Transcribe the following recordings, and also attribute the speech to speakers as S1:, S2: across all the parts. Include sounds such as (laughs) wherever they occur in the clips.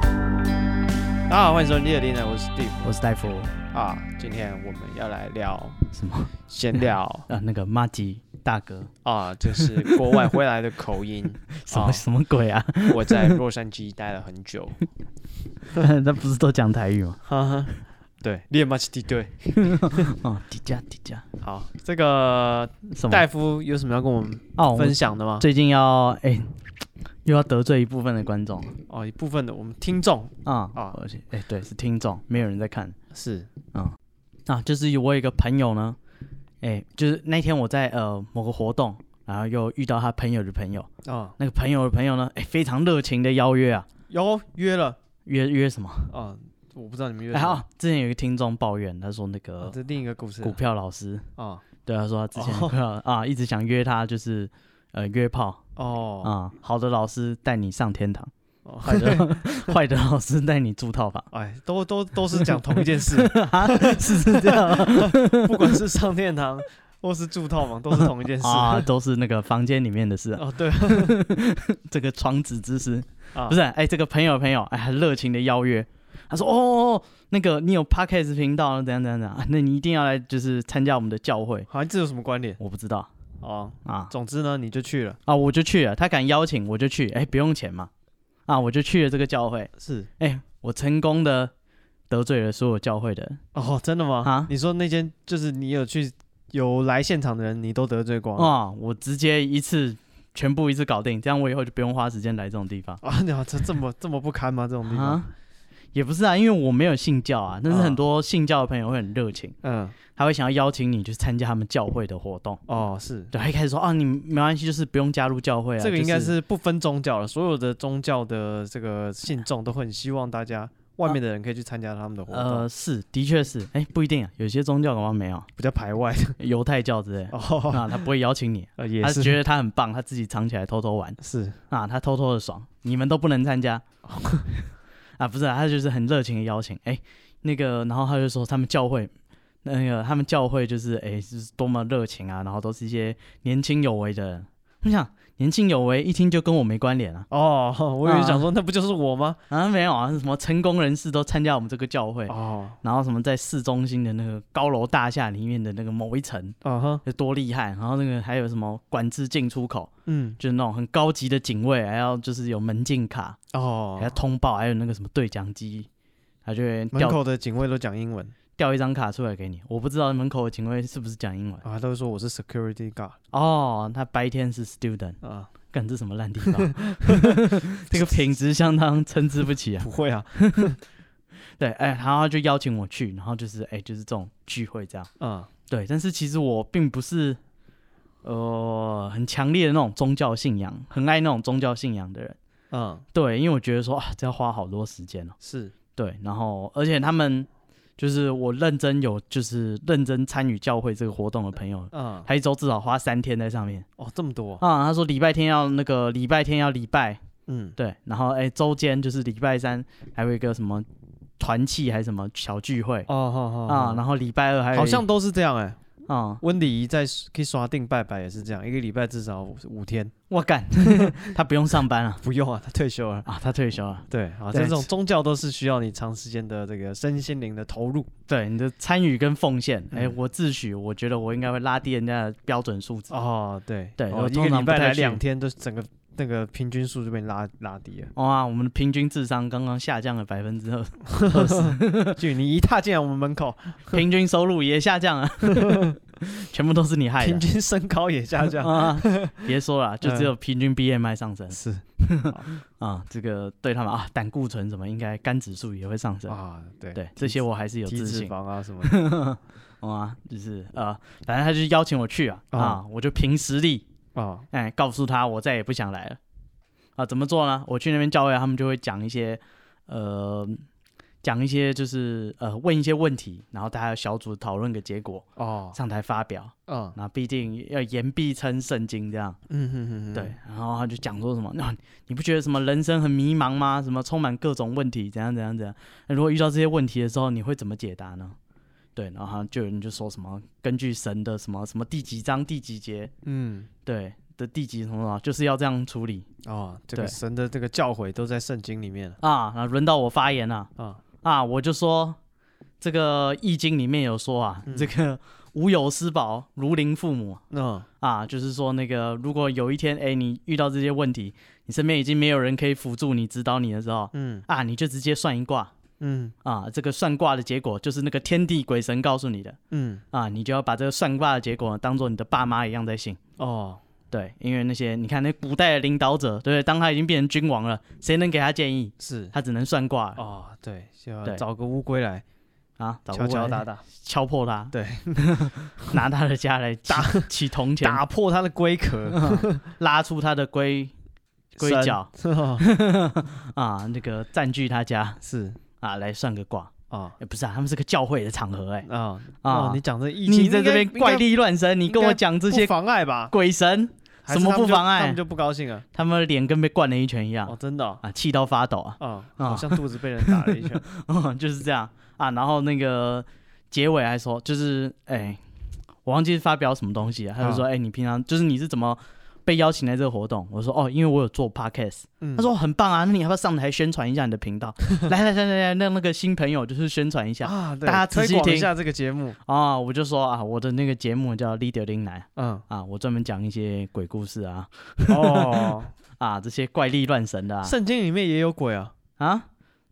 S1: 大家好，欢迎收听《猎人呢》，我是 Steve
S2: 我是戴夫
S1: 啊。今天我们要来聊，
S2: 什么？
S1: 闲聊
S2: (laughs) 啊，那个马吉大哥，
S1: 啊，就是国外回来的口音。
S2: (laughs) 什么、
S1: 哦
S2: 什么鬼啊？
S1: 我在洛杉矶待了很久，
S2: (laughs) 他不是都讲台语吗？
S1: 哈哈。对，列马奇地对。
S2: 哦，迪迦迪迦，
S1: 好，这个
S2: 什么
S1: 戴？夫有什么要跟我们
S2: 哦，我
S1: 分
S2: 们
S1: 享的吗？
S2: 最近要哎、又要得罪一部分的观众
S1: 哦，一部分的我们听众
S2: 啊
S1: 啊
S2: 而且哎，对，是听众，没有人在看
S1: 是
S2: 啊。就是我有一个朋友呢，哎、就是那天我在呃某个活动，然后又遇到他朋友的朋友，
S1: 啊，
S2: 那个朋友的朋友呢，哎、非常热情的邀约啊，
S1: 有约了
S2: 约约什么？
S1: 啊，我不知道你们约
S2: 然
S1: 什
S2: 后、
S1: 么。
S2: 啊之前有一个听众抱怨，他说那
S1: 啊
S2: 个
S1: 这另一个故事
S2: 股票老师。
S1: 啊
S2: 对啊，他说他之前
S1: 哦
S2: (laughs) 啊一直想约他，就是呃约炮
S1: 哦
S2: 啊、好的老师带你上天堂，
S1: 哦，，
S2: 坏的 (laughs) 坏的老师带你住套房
S1: (laughs)
S2: (laughs)
S1: 哎，都都都是讲同一件事，
S2: 是是
S1: (laughs)
S2: 这样吗
S1: 不管是上天堂或是住套房，都是同一件事。(laughs)
S2: (laughs) 啊，都是那个房间里面的事啊、
S1: 哦，对
S2: 这个床子之事
S1: 啊
S2: 不是？哎，这个朋友的朋友哎，很热情的邀约，他说哦哦哦，那个你有 podcast 频道怎样怎样怎样，啊那你一定要来就是参加我们的教会，
S1: 好像这有什么关联
S2: 我不知道
S1: 哦。
S2: 啊
S1: 总之呢，你就去了，
S2: 啊，我就去了，他敢邀请我就去，哎，不用钱嘛，啊，我就去了这个教会。
S1: 是
S2: 哎、我成功的得罪了所有教会的人。
S1: 哦，真的吗
S2: 啊？
S1: 你说那间就是你有去有来现场的人，你都得罪光了
S2: 啊、我直接一次全部一次搞定，这样我以后就不用花时间来这种地方
S1: 啊？你好， (laughs) 这这么这么不堪吗？这种地方，
S2: 啊。也不是啊，因为我没有信教啊，但是
S1: 啊
S2: 很多信教的朋友会很热情，
S1: 嗯，
S2: 他会想要邀请你去参加他们教会的活动。
S1: 哦，是
S2: 对，他一开始说啊，你没关系，就是不用加入教会啊。
S1: 这个应该
S2: 就是
S1: 不分宗教了，所有的宗教的这个信众都很希望大家外面的人可以去参加他们的活动，
S2: 呃，是，的确是，哎、不一定啊，有些宗教恐怕没有，
S1: 比较排外的 (laughs)
S2: 犹太教之类的、
S1: 哦，
S2: 啊，他不会邀请你，
S1: 呃也
S2: 他
S1: 是
S2: 觉得他很棒，他自己藏起来偷偷玩。
S1: 是
S2: 啊，他偷偷的爽，你们都不能参加。啊，不是、啊，他就是很热情的邀请，哎、那个，然后他就说他们教会，那个他们教会就是哎、就是多么热情啊，然后都是一些年轻有为的人。我想年轻有为一听就跟我没关联啊，
S1: 哦，我以为想说那不就是我吗？
S2: 啊没有啊，是什么成功人士都参加我们这个教会，
S1: 哦，
S2: 然后什么在市中心的那个高楼大厦里面的那个某一层
S1: 嗯哼，
S2: 有多厉害，然后那个还有什么管制进出口，
S1: 嗯，
S2: 就是那种很高级的警卫，还要就是有门禁卡，
S1: 哦
S2: 给他，通报，还有那个什么对讲机，他就会
S1: 门
S2: 调
S1: 口的警卫都讲英文
S2: 调一张卡出来给你。我不知道门口的警卫是不是讲英文
S1: 啊，他都说我是 security guard
S2: 哦，他白天是 student，
S1: 啊，
S2: 干这什么烂地
S1: (laughs)
S2: 方？这个品质相当参差不齐啊。
S1: 不会啊，
S2: 对，哎，然后他就邀请我去，然后就是哎，就是这种聚会这样。
S1: 嗯，
S2: 对，但是其实我并不是。呃，很强烈的那种宗教信仰，很爱那种宗教信仰的人。
S1: 嗯，
S2: 对，因为我觉得说啊，这要花好多时间哦。
S1: 是
S2: 对，然后而且他们就是我认真有就是认真参与教会这个活动的朋友，
S1: 嗯，
S2: 他一周至少花三天在上面
S1: 哦，这么多，
S2: 啊。他说礼拜天要那个礼拜天要礼拜，
S1: 嗯，
S2: 对，然后哎周间就是礼拜三还有一个什么团契还是什么小聚会
S1: 哦，哦
S2: 啊，然后礼拜二还有一
S1: 好像都是这样哎、
S2: 啊，
S1: 温迪在可以刷定拜拜也是这样，一个礼拜至少五五天，
S2: 我干， (laughs) 他不用上班了
S1: 不用啊，他退休了。
S2: 啊，他退休了。
S1: 对，啊，
S2: 对
S1: 这种宗教都是需要你长时间的这个身心灵的投入。
S2: 对你的参与跟奉献，哎、
S1: 嗯
S2: 我自诩我觉得我应该会拉低人家的标准数值。
S1: 哦，对
S2: 对
S1: 哦
S2: 我
S1: 一
S2: 通
S1: 个
S2: 常
S1: 礼
S2: 不
S1: 拜
S2: 太
S1: 来
S2: 去
S1: 两天，都整个那个平均数就被拉拉低
S2: (laughs)
S1: 了。
S2: 哇、我们的平均智商刚刚下降了百分之二
S1: 就你一踏进来我们门口， (laughs)
S2: 平均收入也下降了，全部都是你害
S1: 平
S2: 的。
S1: 均身高也下
S2: (laughs)
S1: 降。嗯
S2: 啊，别
S1: (laughs)
S2: 说了，就只有平均 BMI 上升
S1: 是
S2: 啊，这个对他们啊，胆固醇什么应该肝指数也会上升，
S1: 啊，对
S2: 对这些我还是有
S1: 体
S2: 自
S1: 脂
S2: (laughs) 信。
S1: 肪啊什么的。
S2: 懂吗？就是呃，反正他就邀请我去啊
S1: 啊
S2: 啊，我就凭实力，
S1: 啊，
S2: 哎，告诉他我再也不想来了。啊，怎么做呢？我去那边教会，他们就会讲一些，呃，讲一些就是呃问一些问题，然后大家小组讨论个结果，
S1: 哦，
S2: 上台发表。
S1: 嗯
S2: 那必定要言必称圣经这样，
S1: 嗯哼哼哼，
S2: 对。然后他就讲说什么，那你不觉得什么人生很迷茫吗？什么充满各种问题，怎样怎样怎样？那如果遇到这些问题的时候，你会怎么解答呢？对，然后他就有人就说什么根据神的什么什么第几章第几节，
S1: 嗯，
S2: 对的第几什么什么，就是要这样处理
S1: 哦，这个
S2: 对
S1: 神的这个教诲都在圣经里面了
S2: 啊。然后轮到我发言了、
S1: 啊，
S2: 啊，我就说这个易经里面有说啊，这个 (laughs) 无有施宝，如临父母。
S1: 那
S2: 啊，就是说那个，如果有一天，哎、你遇到这些问题，你身边已经没有人可以辅助你、指导你的时候，
S1: 嗯
S2: 啊，你就直接算一卦
S1: 嗯
S2: 啊，这个算卦的结果就是那个天地鬼神告诉你的
S1: 嗯，
S2: 啊，你就要把这个算卦的结果当做你的爸妈一样在信。
S1: 哦，
S2: 对，因为那些你看那古代的领导者，对不对？当他已经变成君王了，谁能给他建议？
S1: 是
S2: 他只能算卦了
S1: 哦，对，就要
S2: 对
S1: 找个乌龟来
S2: 啊，找
S1: 敲
S2: 乌龟
S1: 敲
S2: (laughs)
S1: 打打，
S2: 敲破他，
S1: 对，
S2: (laughs) 拿他的家来打起铜钱，
S1: 打破它的龟壳 (laughs)
S2: 拉出他的龟 (laughs) 龟
S1: 神
S2: 角，
S1: (laughs) 哦
S2: 啊，那个占据他家
S1: 是
S2: 啊，来算个卦。
S1: 啊
S2: 哎、不是啊，他们是个教会的场合、哎，
S1: 啊
S2: 啊
S1: 啊！你讲这疫情
S2: 你在这边
S1: 应该
S2: 怪力乱神，你跟我讲这
S1: 这些
S2: 些
S1: 妨碍吧？
S2: 鬼神，
S1: 还是
S2: 什么
S1: 他们
S2: 不
S1: 就
S2: 妨碍
S1: 他们就不高兴了
S2: 他们的脸跟被灌了一拳一样、
S1: 哦，真的哦
S2: 啊，气到发抖啊， (laughs)
S1: 啊，
S2: 啊
S1: 好像肚子被人打了
S2: (laughs)
S1: 一拳
S2: 就是这样啊。然后那个结尾还说，就是哎、我忘记发表什么东西了，
S1: 啊
S2: 他就说，哎、你平常就是你是怎么被邀请来这个活动？我说，哦，因为我有做 podcast。
S1: 嗯
S2: 他说很棒啊，那你要不要上台宣传一下你的频道？ (laughs) 来来来来来，让那个新朋友就是宣传一下。
S1: 啊，对
S2: 大家
S1: 推
S2: 仔细
S1: 广一
S2: 听
S1: 下这个节目，
S2: 啊、我就说啊，我的那个节目叫 Leader 林来
S1: 嗯
S2: 啊，我专门讲一些鬼故事啊
S1: 哦，
S2: 啊，这些怪力乱神的 (laughs) 啊
S1: 圣经里面也有鬼啊，
S2: 啊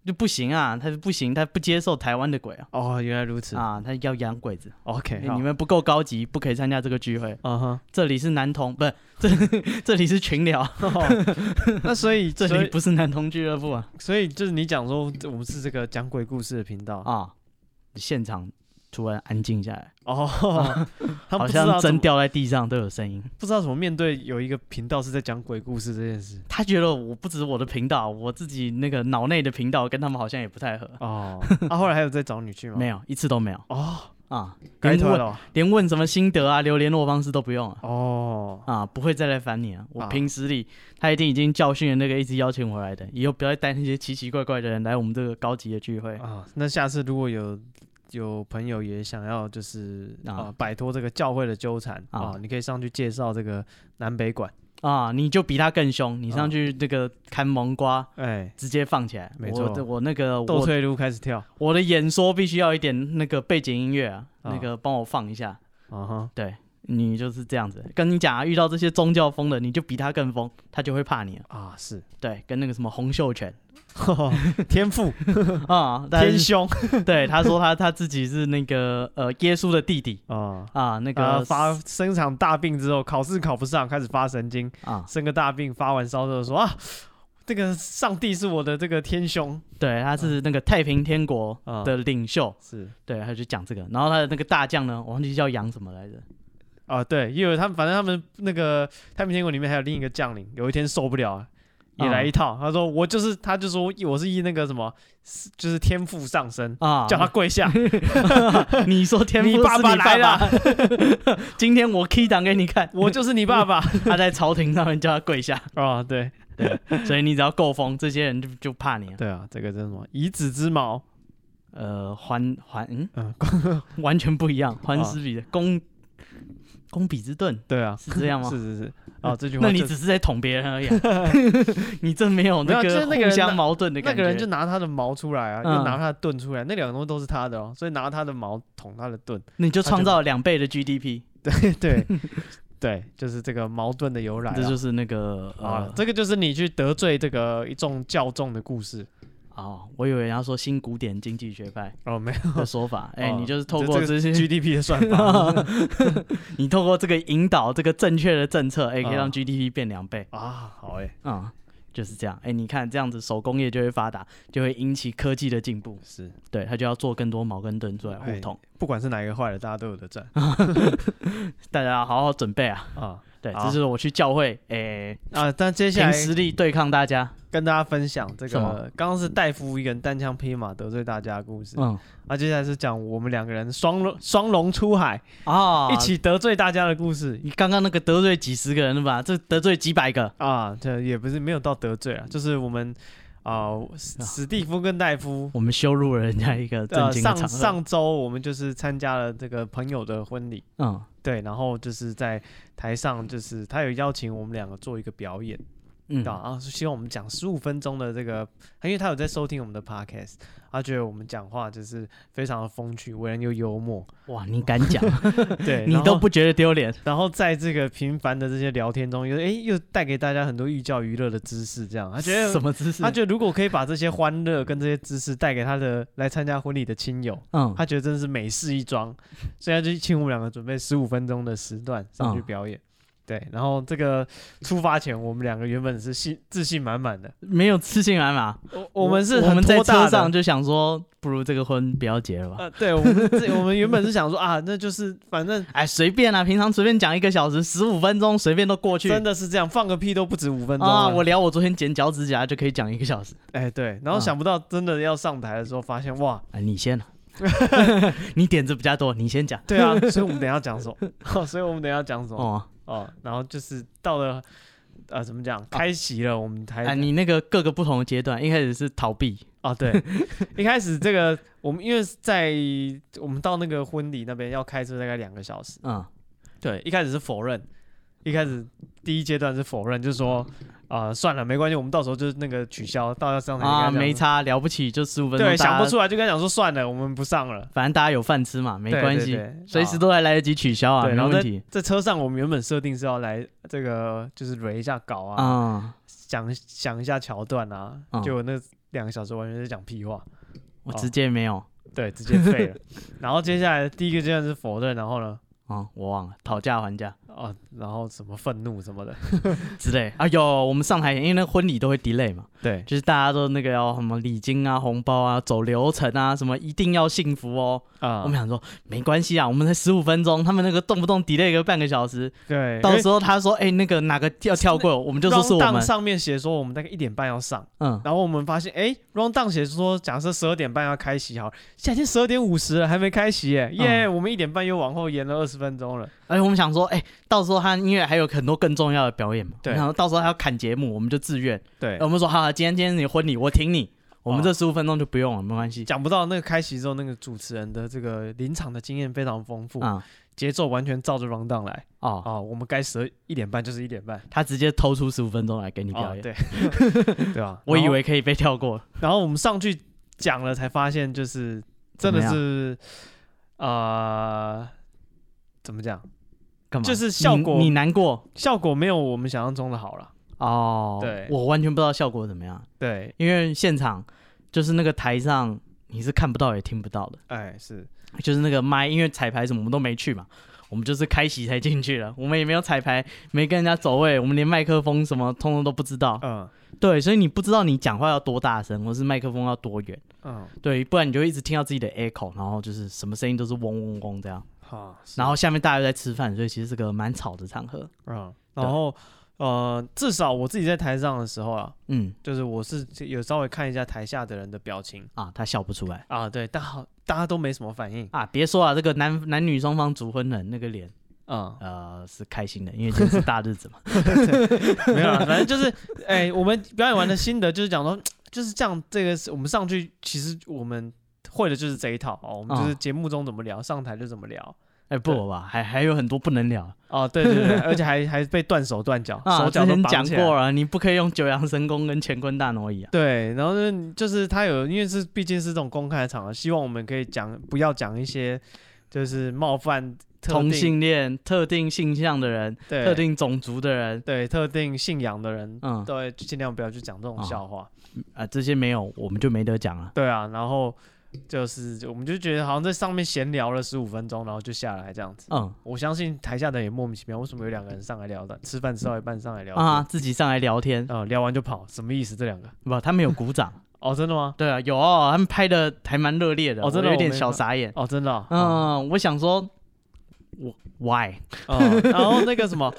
S2: 就不行啊，他就不行，他不接受台湾的鬼啊
S1: 哦，原来如此
S2: 啊，他要养鬼子，哎
S1: ，OK，
S2: 你们不够高级，不可以参加这个聚会。
S1: 啊哈，
S2: 这里是男童，不是 (laughs) 这这里是群聊，
S1: 哦
S2: (laughs)
S1: 那所以
S2: 这
S1: 所
S2: 里
S1: 以
S2: 不是男童俱乐部啊
S1: 所以就是你讲说我们是这个讲鬼故事的频道
S2: 啊，现场突然安静下来，
S1: 哦，他
S2: (laughs)
S1: 们
S2: 好
S1: 不知道
S2: 像
S1: 怎
S2: 针
S1: 么
S2: 掉在地上都有声音。
S1: 不知道怎么面对有一个频道是在讲鬼故事这件
S2: (laughs)
S1: 事
S2: 他觉得我不止我的频道，我自己那个脑内的频道跟他们好像也不太合，
S1: 哦，啊，后来还有再找你去吗？
S2: 没有一次都没有
S1: 哦，
S2: 啊，
S1: 改
S2: 连
S1: 头
S2: 问
S1: 了
S2: 连问什么心得啊、留联络方式都不用啊，
S1: 哦，
S2: 啊，不会再来烦你啊。我
S1: 啊
S2: 凭实力，他一定已经教训了那个一直邀请我来的，以后不要再带那些奇奇怪怪的人来我们这个高级的聚会。
S1: 啊，那下次如果有有朋友也想要就是
S2: 啊
S1: 啊摆脱这个教会的纠缠
S2: 啊
S1: 啊，你可以上去介绍这个南北馆，
S2: 啊，你就比他更凶，你上去那个看萌瓜，
S1: 哎，
S2: 直接放起来。
S1: 没
S2: 我的
S1: 错
S2: 我那个
S1: 斗
S2: 我
S1: 退路开始跳，
S2: 我的演说必须要一点那个背景音乐啊，
S1: 啊
S2: 那个帮我放一下。
S1: 啊哈，
S2: 你就是这样子，跟你讲啊，遇到这些宗教疯的，你就比他更疯，他就会怕你了。
S1: 啊是， (laughs)
S2: 对，跟那个什么洪秀全
S1: 天赋
S2: 啊，但
S1: 天
S2: 是
S1: 凶
S2: (laughs) 对他说他他自己是那个呃耶稣的弟弟
S1: 啊。
S2: 啊，那
S1: 那个
S2: 个
S1: 发生场大病之后，考试考不上，开始发神经，
S2: 啊，
S1: 生个大病，发完烧之后说啊，这个上帝是我的这个天兄
S2: 对，他是那个太平天国
S1: 啊，
S2: 的领袖，
S1: 是
S2: 对，他就讲这个。然后他的那个大将呢，我忘记叫杨什么来着
S1: 啊，对，因为他们反正他们那个太平天国里面还有另一个将领，有一天受不了了。也
S2: 嗯
S1: 来一套，他说我就是，他就说我是一那个什么，是就是天赋上升，
S2: 啊，
S1: 叫他跪下。
S2: (laughs) 你说天赋
S1: 你爸爸来了，
S2: (laughs) 今天我 key 档给你看，
S1: 我就是你爸
S2: (laughs)
S1: 爸
S2: 他在朝廷上面叫他跪下，
S1: 啊！对
S2: 所以你只要够疯，这些人就就怕你了。
S1: 对啊，这个叫什么以子之矛，
S2: 呃，环环嗯
S1: 嗯，
S2: 完全不一样，环
S1: 啊
S2: 斯比的攻攻比之盾
S1: 对啊，
S2: 是这样
S1: (laughs)
S2: 吗？嗯
S1: 是是是啊，这句话
S2: 那你
S1: 就
S2: 只是在捅别人而已啊、
S1: (laughs)
S2: 你这没有那
S1: 没有就是
S2: 个
S1: 那个人
S2: 互相
S1: 拿
S2: 矛盾的
S1: 那
S2: 感觉。
S1: 个人就拿他的矛出来啊，
S2: 嗯
S1: 又拿他的盾出来，那两个东西都是他的哦，所以拿他的矛捅他的
S2: (laughs)
S1: 盾，
S2: 你就
S1: 他
S2: 创
S1: 就
S2: 造了两倍的 GDP，
S1: 对对，就是这个矛盾的由来啊。
S2: 这就是那个
S1: 啊
S2: 呃，
S1: 这个就是你去得罪这个一众教众的故事
S2: 哦，我以为人家说新古典经济学
S1: (laughs)
S2: 派
S1: 哦，没有，
S2: 的说法，哎，
S1: 哦
S2: 你就是透
S1: 这
S2: 过
S1: 这
S2: 这
S1: 个
S2: 些
S1: GDP 的算
S2: (laughs)
S1: 法
S2: 你透过这个引导这个正确的政策，哎、可以
S1: 啊
S2: 让 GDP 变两倍
S1: 啊，好哎，
S2: 啊、就是这样。哎，你看这样子手工业就会发达，就会引起科技的进步，
S1: 是，
S2: 对，它就要做更多矛跟盾出来互
S1: 哎
S2: 通。
S1: (laughs) 不管是哪一个坏了，大家都有的占
S2: 大家好好准备啊！
S1: 啊
S2: 对，
S1: 好
S2: 这是我去教会，哎，
S1: 啊！但接下
S2: 凭
S1: 来
S2: 实力对抗大家。
S1: 跟大家分享这
S2: 什么
S1: 个，刚刚是戴夫一个人单枪匹马得罪大家的故事，
S2: 嗯，
S1: 啊，接下来是讲我们两个人双龙双龙出海
S2: 啊，
S1: 一。起得罪大家的故事
S2: 你刚刚那个得罪几十个人了吧？这得罪几百个，
S1: 啊，这也不是没有到得罪啊，就是我们啊史史蒂夫跟戴夫。
S2: 我们羞辱了人家一个正
S1: 呃，
S2: 经的
S1: 上
S2: 场合。
S1: 上周我们就是参加了这个朋友的婚礼，
S2: 嗯，
S1: 对，然后就是在台上，就是他有邀请我们两个做一个表演，
S2: 嗯
S1: 对啊，然后希望我们讲十五分钟的这个，因为他有在收听我们的 podcast，他觉得我们讲话就是非常的风趣，为人又幽默，
S2: (laughs) 哇，你敢讲，
S1: (laughs) 对，
S2: 你
S1: 然
S2: 都
S1: 后
S2: 不觉得丢脸？
S1: 然后在这个频繁的这些聊天中，又诶又带给大家很多寓教于乐的知识，这样啊他觉
S2: 什
S1: 得
S2: 么姿势
S1: 他？觉得如果可以把这些欢乐跟这些知识带给他的来参加婚礼的亲友，
S2: 嗯，
S1: 他觉得真是美事一桩，所以他就请我们两个准备十五分钟的时段上去
S2: 嗯
S1: 表演。对，然后这个出发前，我们两个原本是信自信满满的，
S2: 没有自信满满。
S1: 我我们是
S2: 我
S1: 很
S2: 们在
S1: 拖大
S2: 车
S1: 的
S2: 上就想说，不如这个婚不要结了吧？
S1: 呃，对，我们这我们原本是想说啊，那就是反正
S2: 哎，随便啊，平常随便讲一个小时，十五分钟随便都过去。
S1: 真的是这样，放个屁都不止五分钟
S2: 啊，
S1: 了
S2: 我聊我昨天剪脚趾甲就可以讲一个小时。
S1: 哎对，然后
S2: 啊
S1: 想不到真的要上台的时候，发现哇，
S2: 哎，你
S1: (laughs)
S2: 先了， (laughs) 你点子比较多，你先讲。
S1: 对啊，所以我们等一下讲什么？哦，所以我们等一下讲什么？
S2: 哦，
S1: 哦，然后就是到了呃怎么讲，开席了，我们才
S2: 啊哎，你那个各个不同的阶段，一开始是逃避，
S1: 啊，对，一开始这个我们因为在我们到那个婚礼那边要开车大概两个小时，
S2: 嗯，
S1: 对，一开始是否认，一开始第一阶段是否认，就是说啊、算了，没关系，我们到时候就是那个取消，到要上台
S2: 啊，
S1: 应该这样
S2: 没差，了不起就十五分钟，
S1: 对，
S2: 大家
S1: 想不，出来就跟他讲说算了，我们不上了，
S2: 反正大家有饭吃嘛，没
S1: 对
S2: 关
S1: 对
S2: 系，
S1: 对
S2: 随时
S1: 啊
S2: 都还来得及取消啊，
S1: 对，
S2: 没
S1: 然后在
S2: 问题。
S1: 在车上，我们原本设定是要来这个就是蕊一下稿啊，
S2: 啊，
S1: 讲想一下桥段啊，
S2: 嗯
S1: 结果那两个小时完全是讲屁话，
S2: 我
S1: 哦
S2: 直接没有
S1: 对，直接废
S2: (laughs)
S1: 了。然后接下来第一个阶段是否认，然后呢，
S2: 啊，我忘了讨价还价
S1: 啊，然后什么愤怒什么的，
S2: 之类。啊，有我们上台，因为那婚礼都会 delay 嘛，
S1: 对
S2: 就是大家都那个要什么礼金啊、红包啊、走流程啊，什么一定要幸福哦。
S1: 啊，
S2: 我们想说没关系啊，我们才十五分钟，他们那个动不动 delay 个半个小时，
S1: 对，
S2: 到时候他说哎、那个哪个要跳过，我们就说是我
S1: round
S2: 们
S1: down，上面写说我们大概一点半要上，
S2: 嗯，
S1: 然后我们发现，哎，round down 写说假设十二点半要开席，好了，现在已经十二点五十了，还没开席耶，
S2: 嗯
S1: 耶，我们一点半又往后延了二十分钟了，
S2: 而且我们想说哎、到时候他因为还有很多更重要的表演嘛，
S1: 对
S2: 然后到时候他要砍节目，我们就自愿，
S1: 对
S2: 哎我们说好好，今天今天你婚礼我挺你，我们
S1: 哦
S2: 这十五分钟就不用了，没关
S1: (laughs)
S2: 系
S1: 讲不到那个开席之后，那个主持人的这个临场的经验非常丰富，
S2: 啊
S1: 节奏完全照着 round down 来
S2: 哦。
S1: 啊，我们该十一点半就是一点半，
S2: 他直接抽出十五分钟来给你表
S1: 啊，
S2: 演， (laughs)
S1: 对，对啊吧？
S2: 我以
S1: 然后
S2: 为可以被跳过，
S1: 然后我们上去讲了，才发现就是真的
S2: 怎么
S1: 是，呃，怎么讲，
S2: 干嘛？
S1: 就是效果
S2: 你你难过
S1: 效果没有我们想象中的好了。
S2: 哦。
S1: 对
S2: 我完全不知道效果怎么样，
S1: 对，
S2: 因为现场就是那个台上你是看不到也听不到的，
S1: 哎，是
S2: 就是那个麦，因为彩排什么我们都没去嘛，我们就是开席才进去了，我们也没有彩排，没跟人家走位，我们连麦克风什么通通都不知道。
S1: 嗯
S2: 对，所以你不知道你讲话要多大声，或是麦克风要多远，
S1: 嗯，
S2: 对，不然你就一直听到自己的 echo，然后就是什么声音都是嗡嗡嗡这样。
S1: 好，是
S2: 然后下面大家又在吃饭，所以其实是个蛮吵的场合。
S1: 嗯，然后呃，至少我自己在台上的时候啊，
S2: 嗯
S1: 就是我是有稍微看一下台下的人的表情
S2: 啊，他笑不出来
S1: 啊，对，但好大家都没什么反应
S2: 啊！别说啊，这个男男女双方主婚人那个脸，，
S1: 啊
S2: 呃，是开心的，因为今天是大日子嘛。 (laughs)
S1: 没有啦，啊反正就是哎，我们表演完的心得就是讲说，就是这样，这个是我们上去，其实我们。会的就是这一套哦，我们就是
S2: 嗯
S1: 节目中怎么聊，上台就怎么聊
S2: 哎，不吧，还还有很多不能聊
S1: 哦，对对
S2: (laughs)
S1: 对，而且还还被断手断脚，
S2: 啊。
S1: (laughs) 手
S2: 之
S1: 脚都
S2: 前
S1: 绑
S2: 讲
S1: 起来
S2: 过。了，你不可以用九阳神功跟乾坤大挪移啊。
S1: 对，然后就是就是他有，因为是毕竟是这种公开的场合，希望我们可以讲不要讲一些就是冒犯特定
S2: 同性恋、特定性向的人、
S1: 对
S2: 特定种族的人，
S1: 对特定信仰的人，
S2: 嗯
S1: 对，尽量不要去讲这种
S2: 哦
S1: 笑话。
S2: 啊，这些没有我们就没得讲了。
S1: 对啊，然后就是就我们就觉得好像在上面闲聊了十五分钟，然后就下来这样子。
S2: 嗯
S1: 我相信台下的也莫名其妙，为什么有两个人上来聊的？吃饭吃到一半上来聊
S2: 啊，
S1: 天，
S2: 自己上来聊天，
S1: 啊，聊完就跑，什么意思？这两个？
S2: 不，他们有
S1: (laughs)
S2: 鼓掌，
S1: 哦，真的吗？
S2: 对啊，有哦，他们拍的还蛮热烈的，
S1: 哦真的
S2: 我有
S1: 我
S2: 点
S1: 没
S2: 小
S1: 看
S2: 傻眼。
S1: 哦，真的哦、
S2: 嗯，我想说，我 why？
S1: 哦，然后那个什么，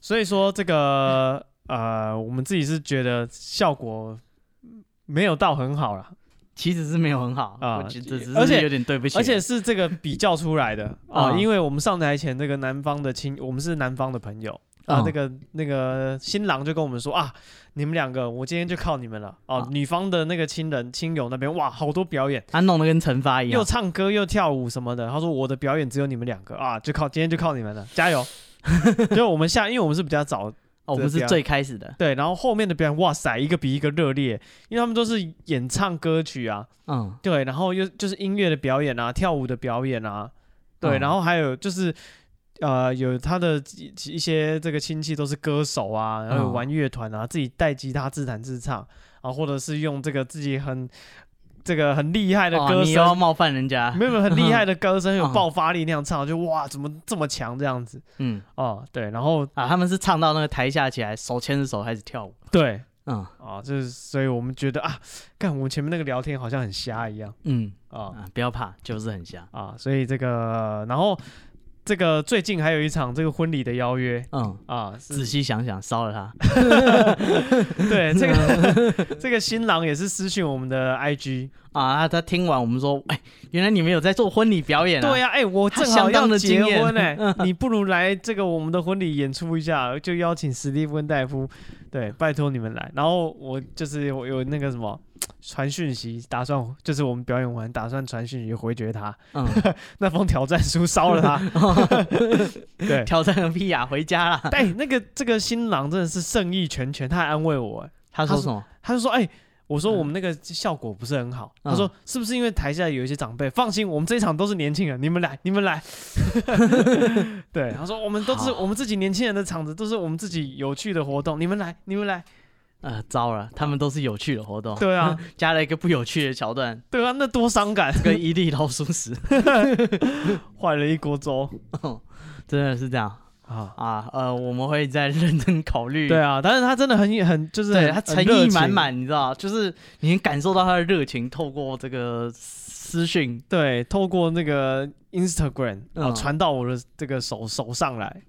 S1: 所以说这个呃，我们自己是觉得效果没有到很好啦，
S2: 其实是没有很好
S1: 啊
S2: 我觉得只
S1: 而
S2: 是
S1: 且
S2: 有点对不起，
S1: 而且是这个比较出来
S2: (laughs)
S1: 的啊、
S2: 啊
S1: 因为我们上台前那个南方的亲，我们是南方的朋友。啊
S2: 啊，
S1: 那个那个新郎就跟我们说啊，你们两个，我今天就靠你们了哦、
S2: 啊
S1: 女方的那个亲人亲友那边，哇，好多表演，
S2: 他弄得跟惩罚一样
S1: 又，唱歌又跳舞什么的。他说我的表演只有你们两个啊，就靠今天就靠你们了，加
S2: (laughs)
S1: 油！就我们下，因为我们是比较早
S2: 哦，我们是最开始的，
S1: 对，然后后面的表演，哇塞，一个比一个热烈，因为他们都是演唱歌曲啊，
S2: 嗯，
S1: 对，然后又就是音乐的表演啊，跳舞的表演啊，对，
S2: 嗯
S1: 然后还有就是呃，有他的一一些这个亲戚都是歌手啊，然后有
S2: 嗯
S1: 玩乐团啊，自己带吉他自弹自唱啊，或者是用这个自己很这个很厉害的
S2: 哦
S1: 歌
S2: 你又要
S1: 声。
S2: 冒犯人家，
S1: 没有没有很厉害的歌声，有
S2: 嗯
S1: 爆发力那样唱，就哇，怎么这么强这样子
S2: 嗯
S1: 哦？对，然后
S2: 啊，他们是唱到那个台下起来，手牵着手开始跳舞，
S1: 对，
S2: 嗯
S1: 啊，就是所以我们觉得啊，看我们前面那个聊天好像很瞎一样
S2: 嗯
S1: 啊
S2: 啊，不要怕，就是很像，
S1: 啊，所以这个然后这个最近还有一场这个婚礼的邀约
S2: 嗯，
S1: 啊，
S2: 仔
S1: 是
S2: 细想想，烧了他，
S1: 对这个
S2: (laughs)
S1: 这个新郎也是私讯我们的 IG，
S2: 啊，他听完我们说，哎，原来你们有在做婚礼表演啊？
S1: 对
S2: 呀，
S1: 呀、哎、我
S2: 他
S1: 正
S2: 相
S1: 好
S2: 当
S1: 要
S2: 的
S1: 结
S2: 经验
S1: 婚
S2: (laughs)
S1: 哎、你不如来这个我们的婚礼演出一下，就邀请史蒂夫跟戴夫，对，拜托你们来。然后我就是我有那个什么传讯息，打算就是我们表演完打算传讯息回绝他，
S2: 嗯，
S1: 那封挑战书烧了
S2: (laughs)
S1: 他。对，
S2: 挑战个屁呀，回家啦。
S1: 哎、那个这个新郎真的是盛意全全，他还安慰我、哎
S2: 他
S1: 他说
S2: 说什么？
S1: 他就说，哎、我说我们那个效果不是很好，
S2: 嗯
S1: 他说是不是因为台下有一些长辈？放心，我们这一场都是年轻人，你们来， (laughs) 你们来。对，他说我们都是
S2: 嗯好
S1: 我们自己年轻人的场子，都是我们自己有趣的活动，你们来，你们来。
S2: 呃，糟了，他们都是有趣的活动，
S1: 对
S2: (laughs)
S1: 啊，
S2: 加了一个不有趣的
S1: (laughs)
S2: 桥段，
S1: 对啊，那多伤感，
S2: 跟一粒老鼠
S1: (laughs)
S2: 屎，
S1: 坏了一锅
S2: (laughs)
S1: 粥
S2: 真的是这样
S1: 啊。
S2: 啊。呃，我们会再认真考虑。
S1: 对啊，但是他真的很很就是
S2: 对，
S1: 很
S2: 他
S1: 很
S2: 诚
S1: 热
S2: 意
S1: 情
S2: 满满，你知道，就是你能感受到他的热情，透过这个私讯，
S1: 对，透过那个 Instagram 啊
S2: 嗯
S1: 传到我的这个手手上来，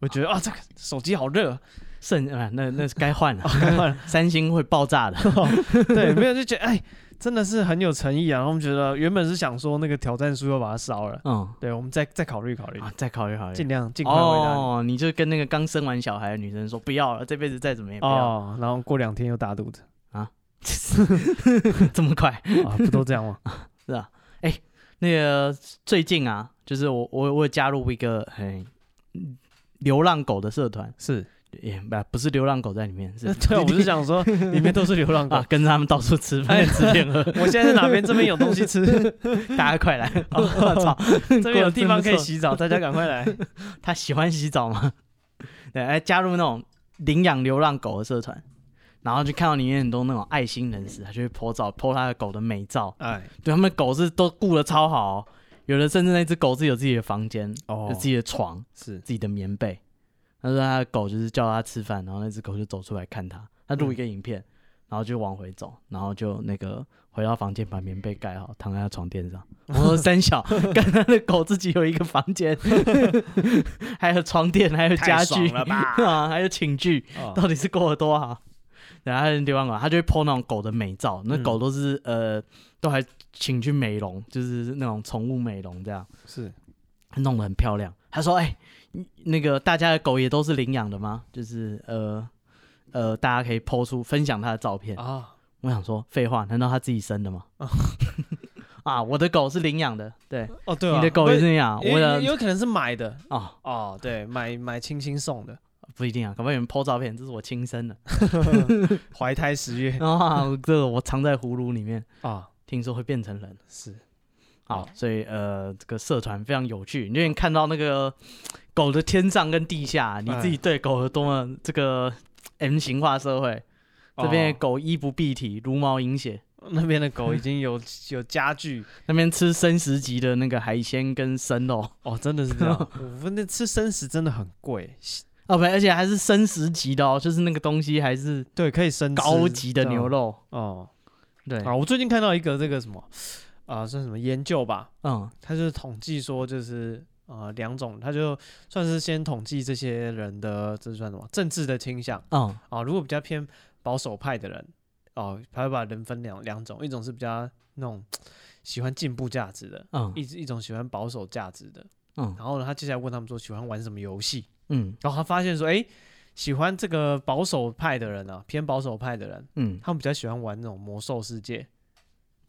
S1: 我觉得啊，这个手机好
S2: (laughs)
S1: 热，
S2: 甚啊，那那是该换了， (laughs)
S1: 赶快
S2: 三星会爆炸的。
S1: (laughs) 对，没有就觉得哎，真的是很有诚意啊。然后我们觉得原本是想说那个挑战书要把它烧了，
S2: 嗯，
S1: 对，我们再再考虑考虑，
S2: 啊，再考虑考虑
S1: 尽。量尽快回答你。
S2: 哦，你就跟那个刚生完小孩的女生说，不要了，这辈子再怎么也不要，
S1: 哦，然后过两天又大肚子
S2: (laughs) 这么快。
S1: 啊，不都这样
S2: (laughs)
S1: 吗？
S2: 那个最近啊，就是我我我有加入一个很流浪狗的社团，
S1: (laughs) 是，
S2: 也不不是流浪狗在里面，是
S1: (laughs) 对啊，我是想说里面都是流浪狗
S2: (laughs) 啊，，跟着他们到处吃
S1: 哎
S2: 饭、吃遍喝，
S1: (laughs) 我现在在哪边？这边有东西
S2: (laughs)
S1: 吃，
S2: 大家
S1: (laughs)
S2: 快来！我操，
S1: 哦这边有地方可以
S2: 洗。 (laughs)
S1: 洗澡，大家赶快来。
S2: 他喜欢洗澡吗？ (laughs) 对，哎，加入那种领养流浪狗的社团，然后就看到里面很多那种爱心人士，他就会 po 照，po 他的狗的美照。
S1: 哎，
S2: 对，他们的狗是都顾得超好哦、有的甚至那只狗是有自己的房间，
S1: 哦
S2: 有自己的床，
S1: 是
S2: 自己的棉被。他说他的狗就是叫他吃饭，然后那只狗就走出来看他，他录一个影片，然后就往回走，然后就那个回到房间把棉被盖好，躺在他床垫上。我说三
S1: (laughs)
S2: 小，干他的狗自己有一个房间， (laughs) 还有床垫，还有家
S1: 太爽
S2: 具
S1: 了吧？
S2: (laughs) 啊，还有寝具，
S1: (laughs) 哦
S2: 到底是过得多好？然后他流浪狗，他就会 po 那种狗的美照，那
S1: 嗯
S2: 狗都是、呃，都还请去美容，就是那种宠物美容这样。 (laughs)
S1: 是
S2: 弄得很漂亮。他说：“哎、你那个大家的狗也都是领养的吗？就是呃呃，大家可以剖出分享他的照片。
S1: 啊，
S2: 我想说，废话，难道他自己生的吗？啊，我的狗是领养的，对，
S1: 哦对啊，
S2: 你的狗也是领养，
S1: 不是，
S2: 我
S1: 也
S2: 的
S1: 也有可能是买的
S2: 哦
S1: 哦，对，买买亲亲送的，
S2: 不一定啊，搞不好有人剖照片，这是我亲生的，
S1: 怀胎十 (laughs) 月
S2: 啊，这个我藏在葫芦里面，
S1: 啊，
S2: 听说会变成人。”
S1: 是
S2: 好
S1: 哦，
S2: 所以呃，这个社团非常有趣，你就能看到那个狗的天上跟地下，你自己对狗有多么这个 M 型化社会，这边
S1: 哦
S2: 的狗衣不蔽体，茹毛饮血，
S1: (laughs) 那边的狗已经有有家具
S2: 那边吃生食级的那个海鲜跟生肉，
S1: (laughs) 哦，真的是这样。我 (laughs) 们那吃生食真的很贵，
S2: 哦不，而且还是生食级的哦，就是那个东西还是
S1: 对，可以生啊吃
S2: 高级的牛肉。
S1: 哦。
S2: 对，
S1: 啊，我最近看到一个这个什么啊，算什么研究吧，
S2: 嗯
S1: 他就是统计说就是。啊两种，他就算是先统计这些人的这算什么政治的倾向
S2: 嗯
S1: 啊。如果比较偏保守派的人，哦、他会把人分两两种，一种是比较那种喜欢进步价值的，
S2: 嗯
S1: 一一种喜欢保守价值的。
S2: 嗯
S1: 然后呢，他接下来问他们说喜欢玩什么游戏，
S2: 嗯
S1: 然后他发现说，哎，喜欢这个保守派的人啊，偏保守派的人，
S2: 嗯，
S1: 他们比较喜欢玩那种魔兽世界，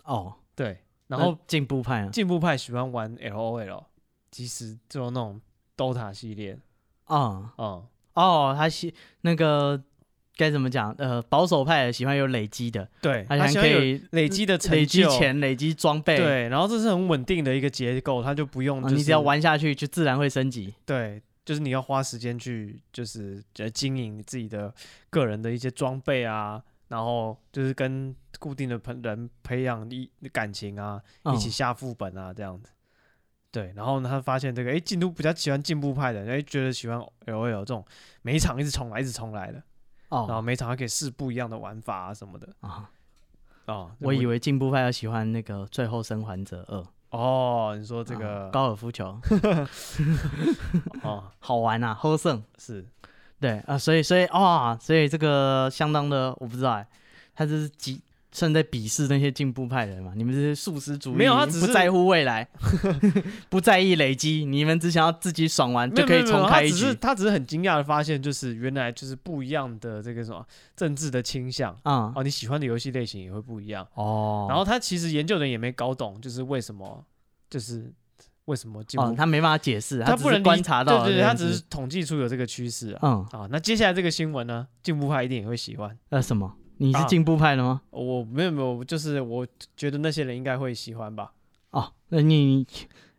S2: 哦，
S1: 对，然后
S2: 那进步派啊，
S1: 进步派喜欢玩 LOL，即使就那种 DOTA 系列，
S2: 啊
S1: 嗯，
S2: 哦，他喜那个该怎么讲？呃，保守派的喜欢有累积的，
S1: 对，
S2: 他
S1: 他喜
S2: 喜
S1: 欢
S2: 欢可
S1: 有
S2: 以
S1: 累积的成
S2: 累积
S1: 就，
S2: 钱、累积装备，
S1: 对，然后这是很稳定的一个结构，他就不用、
S2: 哦，
S1: 就是
S2: 你只要玩下去就自然会升级。
S1: 对，就是你要花时间去，就是呃经营你自己的个人的一些装备啊，然后就是跟固定的朋人培养一感情啊，一
S2: 嗯
S1: 起下副本啊这样子。对，然后呢，他发现这个，哎，进度比较喜欢进步派的，哎，觉得喜欢 L O L 这种每一场一直重来，一直重来的，
S2: 哦
S1: 然后每一场还可以试不一样的玩法啊什么的。
S2: 啊，
S1: 哦，
S2: 我以为进步派要喜欢那个《最后生还者二》
S1: 哦，你说这个
S2: 啊高尔夫
S1: (laughs)
S2: 球
S1: 哦
S2: 好玩啊，获胜。
S1: 是
S2: 对啊，所以所以哇、所以这个相当的，我不知道哎、他这是几算在鄙视那些进步派人嘛？你们这些素食主义，
S1: 没有他只
S2: 不
S1: 是
S2: 在乎未来， (laughs) 不在意累积，你们只想要自己爽完
S1: 没
S2: 就
S1: 有
S2: 可以
S1: 没有没
S2: 重
S1: 有
S2: 开一
S1: 他只
S2: 局
S1: 是他只是很惊讶的发现，就是原来就是不一样的这个什么政治的倾向
S2: 啊、
S1: 哦，你喜欢的游戏类型也会不一样。
S2: 哦，
S1: 然后他其实研究的人也没搞懂，就是为什么，就是为什么进步、
S2: 哦，他没办法解释，
S1: 他
S2: 只
S1: 不
S2: 是
S1: 能理
S2: 观察到了
S1: 对
S2: 这
S1: 对对，
S2: 件
S1: 他只
S2: 事
S1: 是统计出有这个趋势啊。
S2: 嗯
S1: 啊，那接下来这个新闻呢，进步派一定也会喜欢。
S2: 呃什么？你是
S1: 啊
S2: 进步派的吗？
S1: 我没有没有，就是我觉得那些人应该会喜欢吧。
S2: 哦，那你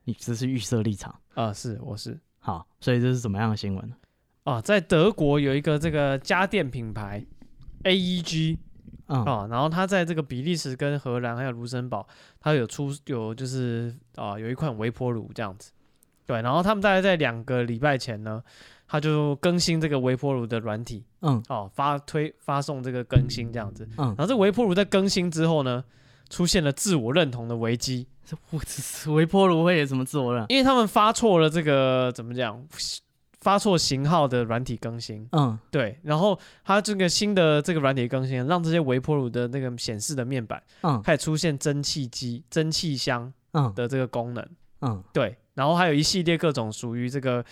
S2: 你只是预设立场。
S1: 啊，是我是
S2: 好，所以这是怎么样的新闻？
S1: 啊，在德国有一个这个家电品牌 E AEG
S2: 嗯
S1: 啊，然后它在这个比利时、跟荷兰还有卢森堡，它有出有就是啊有一款微波炉这样子，对，然后他们大概在两个礼拜前呢，它就更新这个微波炉的软体
S2: 嗯
S1: 哦，发推发送这个更新这样子，
S2: 嗯
S1: 然，后这微波炉在更新之后呢，出现了自我认同的危机，
S2: 这我只是微波炉会有什么自我认？
S1: 因为他们发错了这个怎么讲，发错型号的软体更新，
S2: 嗯
S1: 对，然后它这个新的这个软体更新，让这些微波炉的那个显示的面板
S2: 嗯
S1: 开始出现蒸汽机、蒸汽箱
S2: 嗯
S1: 的这个功能，
S2: 嗯
S1: 对，然后还有一系列各种属于这个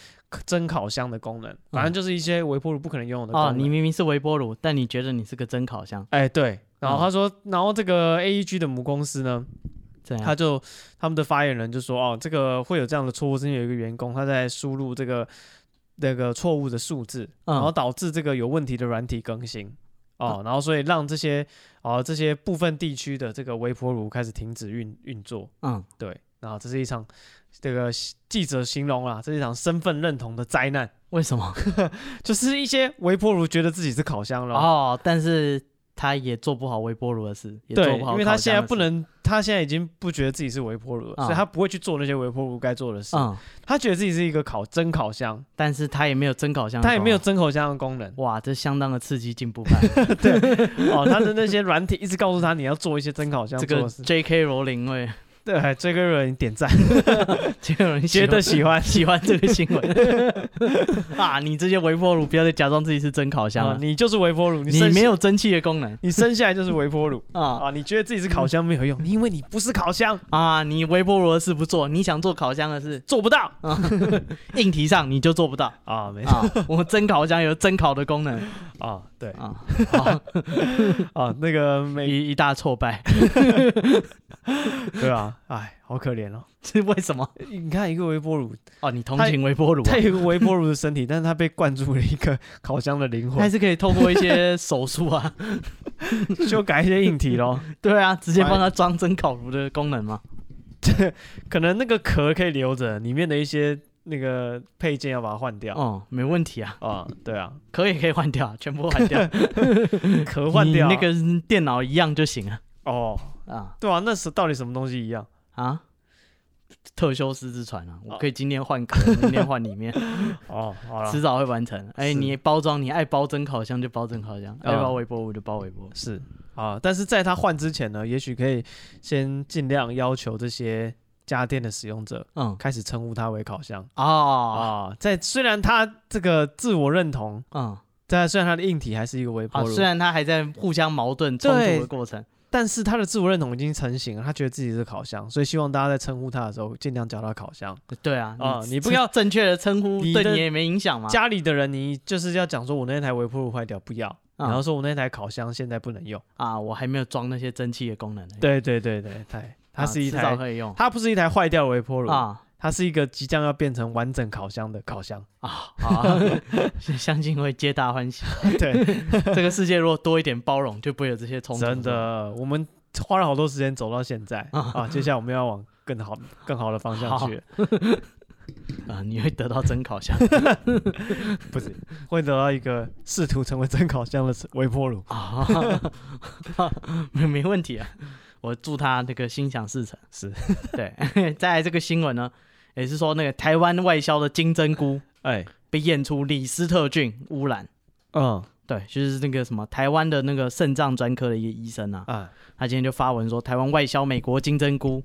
S1: 蒸烤箱的功能，反正就是一些微波炉不可能拥有的功能。
S2: 哦，你明嗯明是微波炉，但你觉得你是个蒸烤箱，
S1: 哎对，然后他说，然后这个 AEG 的母公司呢，
S2: 这样？
S1: 他就他们的发言人就说，哦，这个会有这样的错误，是因为有一个员工他在输入这个那个错误的数字，
S2: 嗯
S1: 然后导致这个有问题的软体更新。哦，然后所以让这些哦这些部分地区的这个微波炉开始停止运运作，
S2: 嗯，
S1: 对，然后这是一场这个记者形容啊，这是一场身份认同的灾难，
S2: 为什么？
S1: 就是一些微波炉觉得自己是烤箱了，
S2: 哦，但是他也做不好微波炉的事，也做
S1: 对，
S2: 不好，
S1: 因为他现在不，能，他现在已经不觉得自己是微波炉了，
S2: 啊
S1: 所以他不会去做那些微波炉该做的事，
S2: 嗯，
S1: 他觉得自己是一个烤蒸烤箱，
S2: 但是他也没有蒸烤箱的功能，
S1: 他也没有蒸烤箱的功能
S2: 哇，这相当的刺激进步
S1: (laughs)
S2: 派。
S1: 哦，他的那些软体一直告诉他你要做一些蒸烤箱
S2: 这
S1: 做
S2: 个
S1: 的事，
S2: J.K. 罗
S1: (laughs)
S2: 琳会，
S1: 对，这个人点赞，
S2: 就有人喜
S1: 觉
S2: 欢
S1: 得喜欢
S2: 喜欢这个新闻
S1: (laughs)
S2: (laughs) 啊！你这些微波炉不要再假装自己是蒸烤箱
S1: 啊
S2: (laughs) 了，，
S1: 你就是微波炉，你
S2: 你
S1: 生
S2: 没有蒸汽的功能
S1: 你生下来就是微波炉
S2: (laughs) 啊
S1: 啊，你觉得自己是烤箱没有用，因为你不是烤箱，
S2: 啊！你微波炉的事不做，你想做烤箱的事，
S1: 做不到
S2: 硬题上你就做不到
S1: 啊，没错
S2: 啊！ (laughs) 我蒸烤箱有蒸烤的
S1: (laughs)
S2: 功能
S1: 啊，对
S2: 啊，
S1: 啊，那个美
S2: 一一大挫败， (laughs)
S1: 对啊，哎，好可怜哦，
S2: 是为什么？
S1: 你看一个微波炉，
S2: 哦，你同情微波炉啊，
S1: 它有一个微波炉的身体，但是它被灌注了一个烤箱的灵
S2: 还
S1: 魂，
S2: 是可以透过一些手术啊， (laughs)
S1: 修改一些硬体 (laughs) 咯。
S2: 对啊，直接帮它装蒸烤炉的功能嘛。
S1: 可能那个壳可以留着，里面的一些那个配件要把它换掉。
S2: 哦，没问题啊，
S1: 啊、对 (laughs) 啊， (laughs)
S2: 可以可以换掉，全部换掉，
S1: 壳换掉啊
S2: 你那个电脑一样就行啊。
S1: 哦，
S2: 啊
S1: 对啊，那是到底什么东西一样？
S2: 啊！特修斯之船啊，我可以今天换
S1: (laughs)
S2: 壳，明天换里面，
S1: 哦，好了，
S2: 迟早会完成。哎，
S1: 是
S2: 你包装，你爱包真烤箱就包真烤箱，爱
S1: 嗯
S2: 包微波炉就包微波炉。
S1: 是啊，但是在它换之前呢，也许可以先尽量要求这些家电的使用者
S2: 嗯
S1: 开始称呼它为烤箱
S2: 哦，
S1: 啊。在虽然它这个自我认同，
S2: 嗯
S1: 但虽然它的硬体还是一个微波
S2: 啊，
S1: 炉
S2: 虽，然它还在互相矛盾冲突
S1: 对
S2: 的过程，
S1: 但是它的自我认同已经成型了，它觉得自己是烤箱，所以希望大家在称呼它的时候尽量叫它烤箱。
S2: 对啊，
S1: 啊你不
S2: 正
S1: 要
S2: 正确的称呼，
S1: 你
S2: 对
S1: 的
S2: 你也没影响嘛。
S1: 家里的人，你就是要讲说我那台微波炉坏掉，不要，
S2: 啊
S1: 然后说我那台烤箱现在不能用。
S2: 啊，我还没有装那些蒸汽的功能呢。
S1: 对对对对，台它
S2: 啊
S1: 是一
S2: 迟早
S1: 台，
S2: 可以用
S1: 它不是一台坏掉的微波炉，
S2: 啊
S1: 它是一个即将要变成完整烤箱的烤
S2: (laughs)
S1: 箱。
S2: 啊
S1: (laughs)
S2: 啊！相信会皆大欢喜。
S1: 对，
S2: 这个世界如果多一点包容，就不会有这些冲突。
S1: 真的，我们花了好多时间走到现在啊，接下来我们要往更好、更好的方向去，
S2: 啊，你会得到真烤
S1: (laughs)
S2: 箱
S1: 不是 (laughs) 会得到一个试图成为真烤箱的微波炉。
S2: 啊，没没问题啊。我祝他那个心想事成。
S1: 是，
S2: 对。 (laughs) 再来这个新闻呢，也是说那个台湾外销的金针菇
S1: 哎，
S2: 被验出李斯特菌污染。
S1: 嗯
S2: 对，就是那个什么台湾的那个肾脏专科的一个医生啊，
S1: 啊，
S2: 他今天就发文说，台湾外销美国金针菇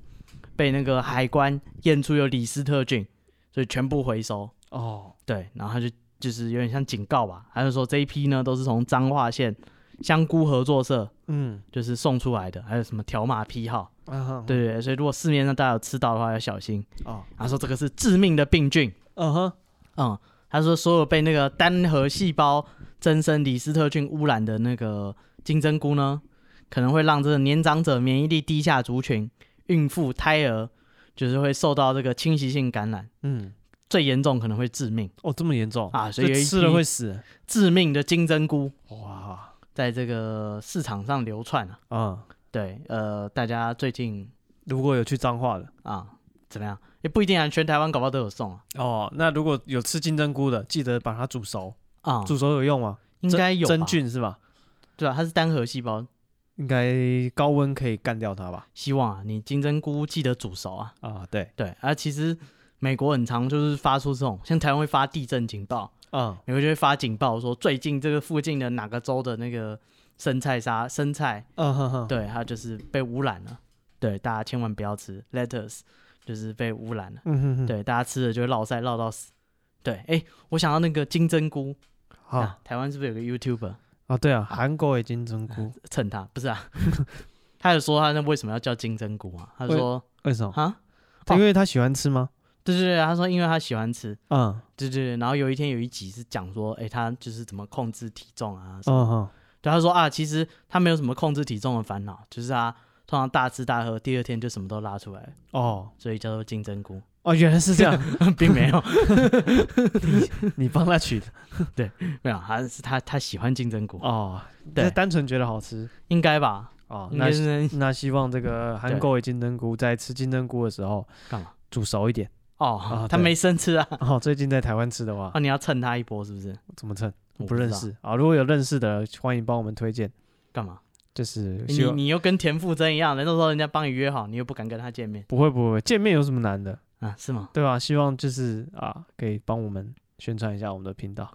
S2: 被那个海关验出有李斯特菌，所以全部回收。
S1: 哦，
S2: 对，然后他就就是有点像警告吧，他就说这一批呢都是从彰化县香菇合作社
S1: 嗯，
S2: 就是送出来的，还有什么条码批号，
S1: 啊，
S2: 对对对，所以如果市面上大家有吃到的话要小心。
S1: 哦，
S2: 他说这个是致命的病菌，
S1: 嗯哼，
S2: 嗯，他说所有被那个单核细胞增生李斯特菌污染的那个金针菇呢，可能会让这个年长者免疫力低下族群、孕妇、胎儿，就是会受到这个侵袭性感染，
S1: 嗯，
S2: 最严重可能会致命。
S1: 哦，这么严重
S2: 啊所以
S1: 就
S2: 有一
S1: 吃了
S2: 批
S1: 会死，
S2: 致命的金针菇
S1: 哇，
S2: 在这个市场上流窜啊。
S1: 嗯，
S2: 对，呃，大家最近
S1: 如果有去脏话的。
S2: 啊怎么样？也不一定啊，全台湾搞不好都有送啊。
S1: 哦，那如果有吃金针菇的，记得把它煮熟，
S2: 啊、
S1: 煮熟有用吗？
S2: 应该有吧
S1: 真菌是哦吧？
S2: 对啊，它是单核细胞。
S1: 应该高温可以干掉它吧？
S2: 希望啊，你金针菇记得煮熟啊。
S1: 啊，对，
S2: 对啊，其实美国很常就是发出这种，像台湾会发地震警报，
S1: 嗯，
S2: 美国就会发警报说最近这个附近的哪个州的那个生菜沙生菜，
S1: 嗯哼哼，
S2: 对，它就是被污染了。对，大家千万不要吃 lettuce，就是被污染了。
S1: 嗯哼哼，
S2: 对，大家吃了就会落腮落到死。对，哎、我想要那个金针菇
S1: 好
S2: 啊，台湾是不是有个 YouTuber
S1: 啊，对啊，韩国也金针菇，
S2: 蹭他？不是啊， (laughs) 他有说他那为什么要叫金针菇啊？他
S1: 为
S2: 说
S1: 为什么？
S2: 啊，
S1: 因为他喜欢吃吗？
S2: 对对对，他说因为他喜欢吃，
S1: 嗯，
S2: 对对对，然后有一天有一集是讲说，哎，他就是怎么控制体重啊什么。
S1: 嗯哼，
S2: 对，他说啊，其实他没有什么控制体重的烦恼，就是他通常大吃大喝，第二天就什么都拉出来了，
S1: 哦
S2: 所以叫做金针菇， (laughs)
S1: 哦，原来是这样，
S2: 并没有，
S1: 你帮他取的
S2: 没有，他是他他喜欢金针菇，
S1: (laughs) 哦，
S2: 对
S1: 对，单纯觉得好吃
S2: 应该吧？
S1: 哦，
S2: 应
S1: 那
S2: 该是
S1: 那希望这个韩国的金针菇在吃金针菇的时候
S2: 干嘛？
S1: 煮熟一
S2: (laughs)
S1: 点。
S2: 哦
S1: 啊，
S2: 他
S1: 对
S2: 没生吃啊，
S1: 哦，最近在台湾吃的话
S2: 哦，，你要蹭他一波是不是？
S1: 怎么称？
S2: 我
S1: 不认
S2: 知道，
S1: 识啊，如果有认识的，欢迎帮我们推荐，
S2: 干嘛？
S1: 就是
S2: 哎你
S1: 希望
S2: 你又跟田馥甄一样，人家都说人家帮你约好，你又不敢跟他见面
S1: 不会不会见面有什么难的？
S2: 啊？是吗？ (laughs)
S1: 对吧、希望就是啊，可以帮我们宣传一下我们的频道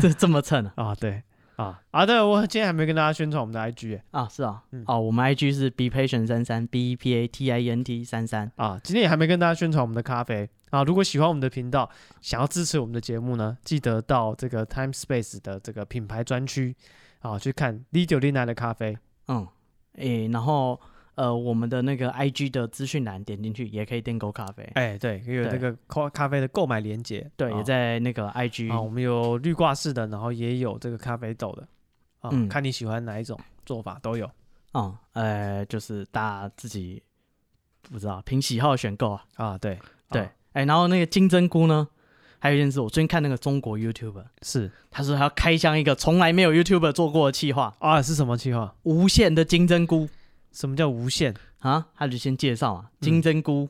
S2: 这这么蹭啊？
S1: 啊，对啊啊，对，我今天还没跟大家宣传我们的 IG 耶
S2: 啊，是啊，
S1: 嗯
S2: 哦，我们 IG 是 be patient 三三 b e p a t i e n t 三三，
S1: 啊，今天也还没跟大家宣传我们的咖啡啊。如果喜欢我们的频道，想要支持我们的节目呢，记得到这个 Time Space 的这个品牌专区啊，去看 D 九零奶的咖啡
S2: 嗯，诶、然后呃，我们的那个 IG 的资讯栏点进去也可以订购咖啡，
S1: 哎、对，也有这
S2: 对
S1: 个咖咖啡的购买链接，
S2: 对，
S1: 啊
S2: 也在那个 IG，、
S1: 啊，我们有绿挂式的，然后也有这个咖啡豆的啊，
S2: 嗯
S1: 看你喜欢哪一种做法都有
S2: 嗯，呃，就是大家自己不知道凭喜好选购啊，
S1: 啊，对
S2: 对，
S1: 啊
S2: 诶、然后那个金针菇呢，还有一件事，我最近看那个中国 YouTuber，
S1: 是
S2: 他说他要开箱一个从来没有 YouTuber 做过的企划，
S1: 啊，是什么计划？
S2: 无限的金针菇。
S1: 什么叫无限？
S2: 啊，他就先介绍啊，金针菇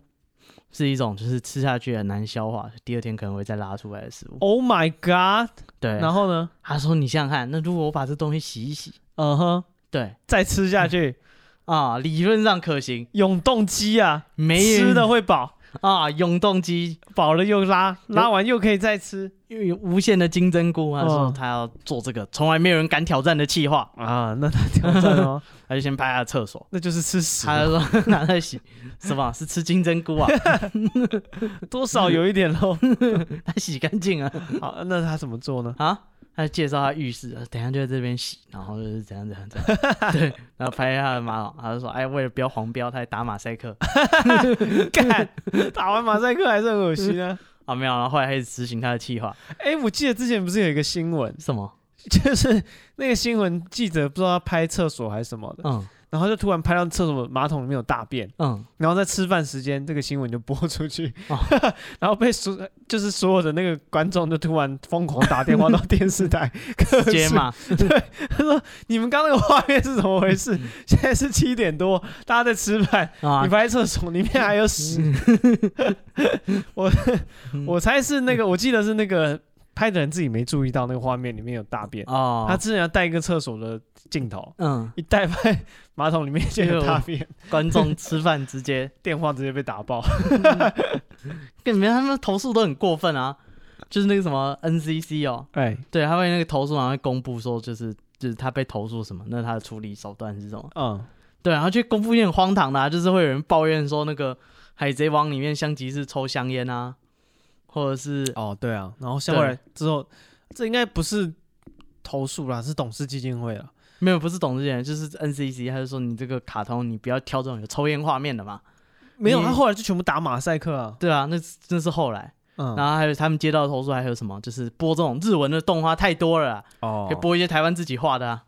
S2: 是一种就是吃下去很难消化，第二天可能会再拉出来的食物。
S1: Oh my god！
S2: 对，
S1: 然后呢？
S2: 他说你想想看，那如果我把这东西洗一洗，
S1: 嗯哼，
S2: 对
S1: 再吃下去，
S2: 啊，理论上可行，
S1: 永动机啊，
S2: 没
S1: 吃的会饱，
S2: 啊，永动机
S1: 饱了又拉，拉完又可以再吃
S2: 因为有无限的金针菇，他说
S1: 嗯
S2: 他要做这个从来没有人敢挑战的计划，
S1: 啊。那他挑战哦，
S2: 他就先拍他的厕所，
S1: (laughs) 那就是吃屎，
S2: 他
S1: (laughs)
S2: 就说拿在洗什么是吃金针菇啊，
S1: 多少有一点喽。
S2: 他洗干净啊
S1: (laughs) 好，那他怎么做呢？
S2: 啊。他就介绍他浴室，等一下就在这边洗，然后就是怎样怎样怎样， (laughs) 对，然后拍他的马桶，他就说，哎，为了标黄标，他还打马赛克，
S1: (laughs)
S2: (laughs)
S1: 干， (laughs) 打完马赛克还是很恶心 (laughs) 啊。
S2: 啊，没有，然后后来开始执行他的计划，
S1: 哎、我记得之前不是有一个新闻， (laughs)
S2: 什么？
S1: 就是那个新闻记者不知道他拍厕所还是什么的，
S2: 嗯
S1: 然后就突然拍到厕所马桶里面有大便，
S2: 嗯，
S1: 然后在吃饭时间这个新闻就播出去，
S2: 哦
S1: (laughs) 然后被所就是所有的那个观众就突然疯狂打电话到电视 (laughs) 台，
S2: (laughs)
S1: 客
S2: 接嘛，
S1: 他说 (laughs) 你们刚那个画面是怎么回事？现在是七点多，大家在吃饭，
S2: 啊
S1: 你，拍厕所里面还有屎， (laughs) 我我猜是那个，我记得是那个拍的人自己没注意到那个画面里面有大便，
S2: 哦，
S1: 他之前要带一个厕所的镜头，
S2: 嗯，
S1: 一带拍马桶里面就有大 (laughs) 便，
S2: 观众吃饭直 (laughs) 接，
S1: 电话直接被打爆。
S2: 跟你们他们投诉都很过分啊，就是那个什么 NCC 哦，
S1: 哎，
S2: 对，他会那个投诉，然后会公布说就是就是他被投诉什么，那他的处理手段是什么？
S1: 嗯，
S2: 对，然后去公布一些很荒唐的、啊，就是会有人抱怨说那个《海贼王》里面香吉士抽香烟啊，或者是
S1: 哦，对啊，然后下来之后，这应该不是投诉啦，是董事基金会了。
S2: 没有不是董事长，就是 NCC，他就说你这个卡通你不要挑这种有抽烟画面的嘛，
S1: 没有，
S2: 你
S1: 他后来就全部打马赛克啊。
S2: 对啊，那是那是后来，
S1: 嗯，
S2: 然后还有他们接到的投诉还有什么，就是播这种日文的动画太多了啊、
S1: 哦
S2: 可以播一些台湾自己画
S1: (laughs)
S2: 的啊。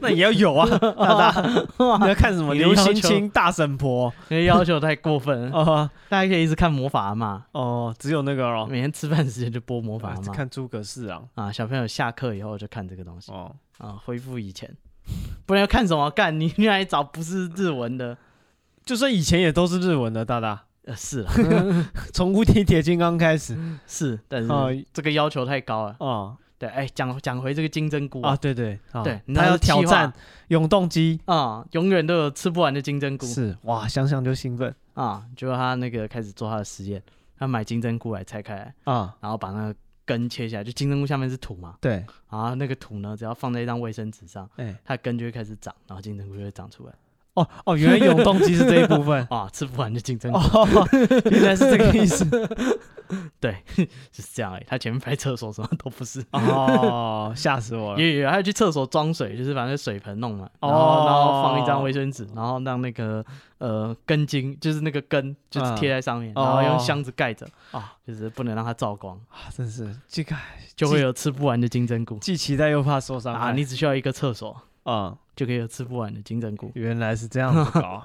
S1: 那也要有
S2: (laughs)
S1: 啊，大大，你要看什么？
S2: 你的
S1: 刘
S2: 要求嗯
S1: 星星大神婆
S2: 因为要求太过
S1: (laughs)
S2: 分了，
S1: 啊？
S2: 大家可以一直看魔法阿嬷，
S1: 哦，只有那个哦，
S2: 每天吃饭时间就播魔法阿嬷
S1: 看诸葛四郎
S2: 啊，小朋友下课以后就看这个东西
S1: 哦。
S2: 啊，恢复以前，不然要看什么？干你原来找不是日文的，
S1: 就算以前也都是日文的，大
S2: (laughs)
S1: 大，
S2: 呃是啦
S1: 从无敌铁金刚开始
S2: 是，但
S1: 哦
S2: 是这个要求太高了。
S1: 哦
S2: 对，哎，讲讲回这个金针菇
S1: 啊，
S2: 啊，
S1: 对对啊
S2: 对
S1: 他要
S2: 他的计划
S1: 挑战永动机，
S2: 啊，永远都有吃不完的金针菇
S1: 哦是哇，想想就兴奋
S2: 啊，结果他那个开始做他的实验，他买金针菇来拆开来，
S1: 啊，
S2: 然后把那个根切下来，就金针菇下面是土嘛，
S1: 对，
S2: 然后那个土呢，只要放在一张卫生纸上，
S1: 哎，
S2: 它的根就会开始长，然后金针菇就会长出来。，
S1: 哦哦，原来永动机是这一部分
S2: (laughs) 啊，吃不完的金针菇，
S1: 哦， (laughs) 原来是这个意
S2: (laughs)
S1: 思，
S2: 对，就是这样而已。他前面拍厕所什么都不是，
S1: 哦，吓死我了，
S2: 也有他去厕所装水，就是把那水盆弄满，然后、
S1: 哦
S2: 然后放一张卫生纸，然后让那个呃根茎，就是那个根，就是贴在上面，
S1: 嗯
S2: 然后
S1: 哦
S2: 用箱子盖着，
S1: 啊
S2: 就是不能让它照光，
S1: 啊，真是这个
S2: 就会有吃不完的金针菇
S1: 既期待又怕受伤
S2: 啊！
S1: 害
S2: 你只需要一个厕所
S1: 啊，
S2: 就可以有吃不完的金针菇。
S1: 原来是这样子
S2: (laughs)
S1: 搞，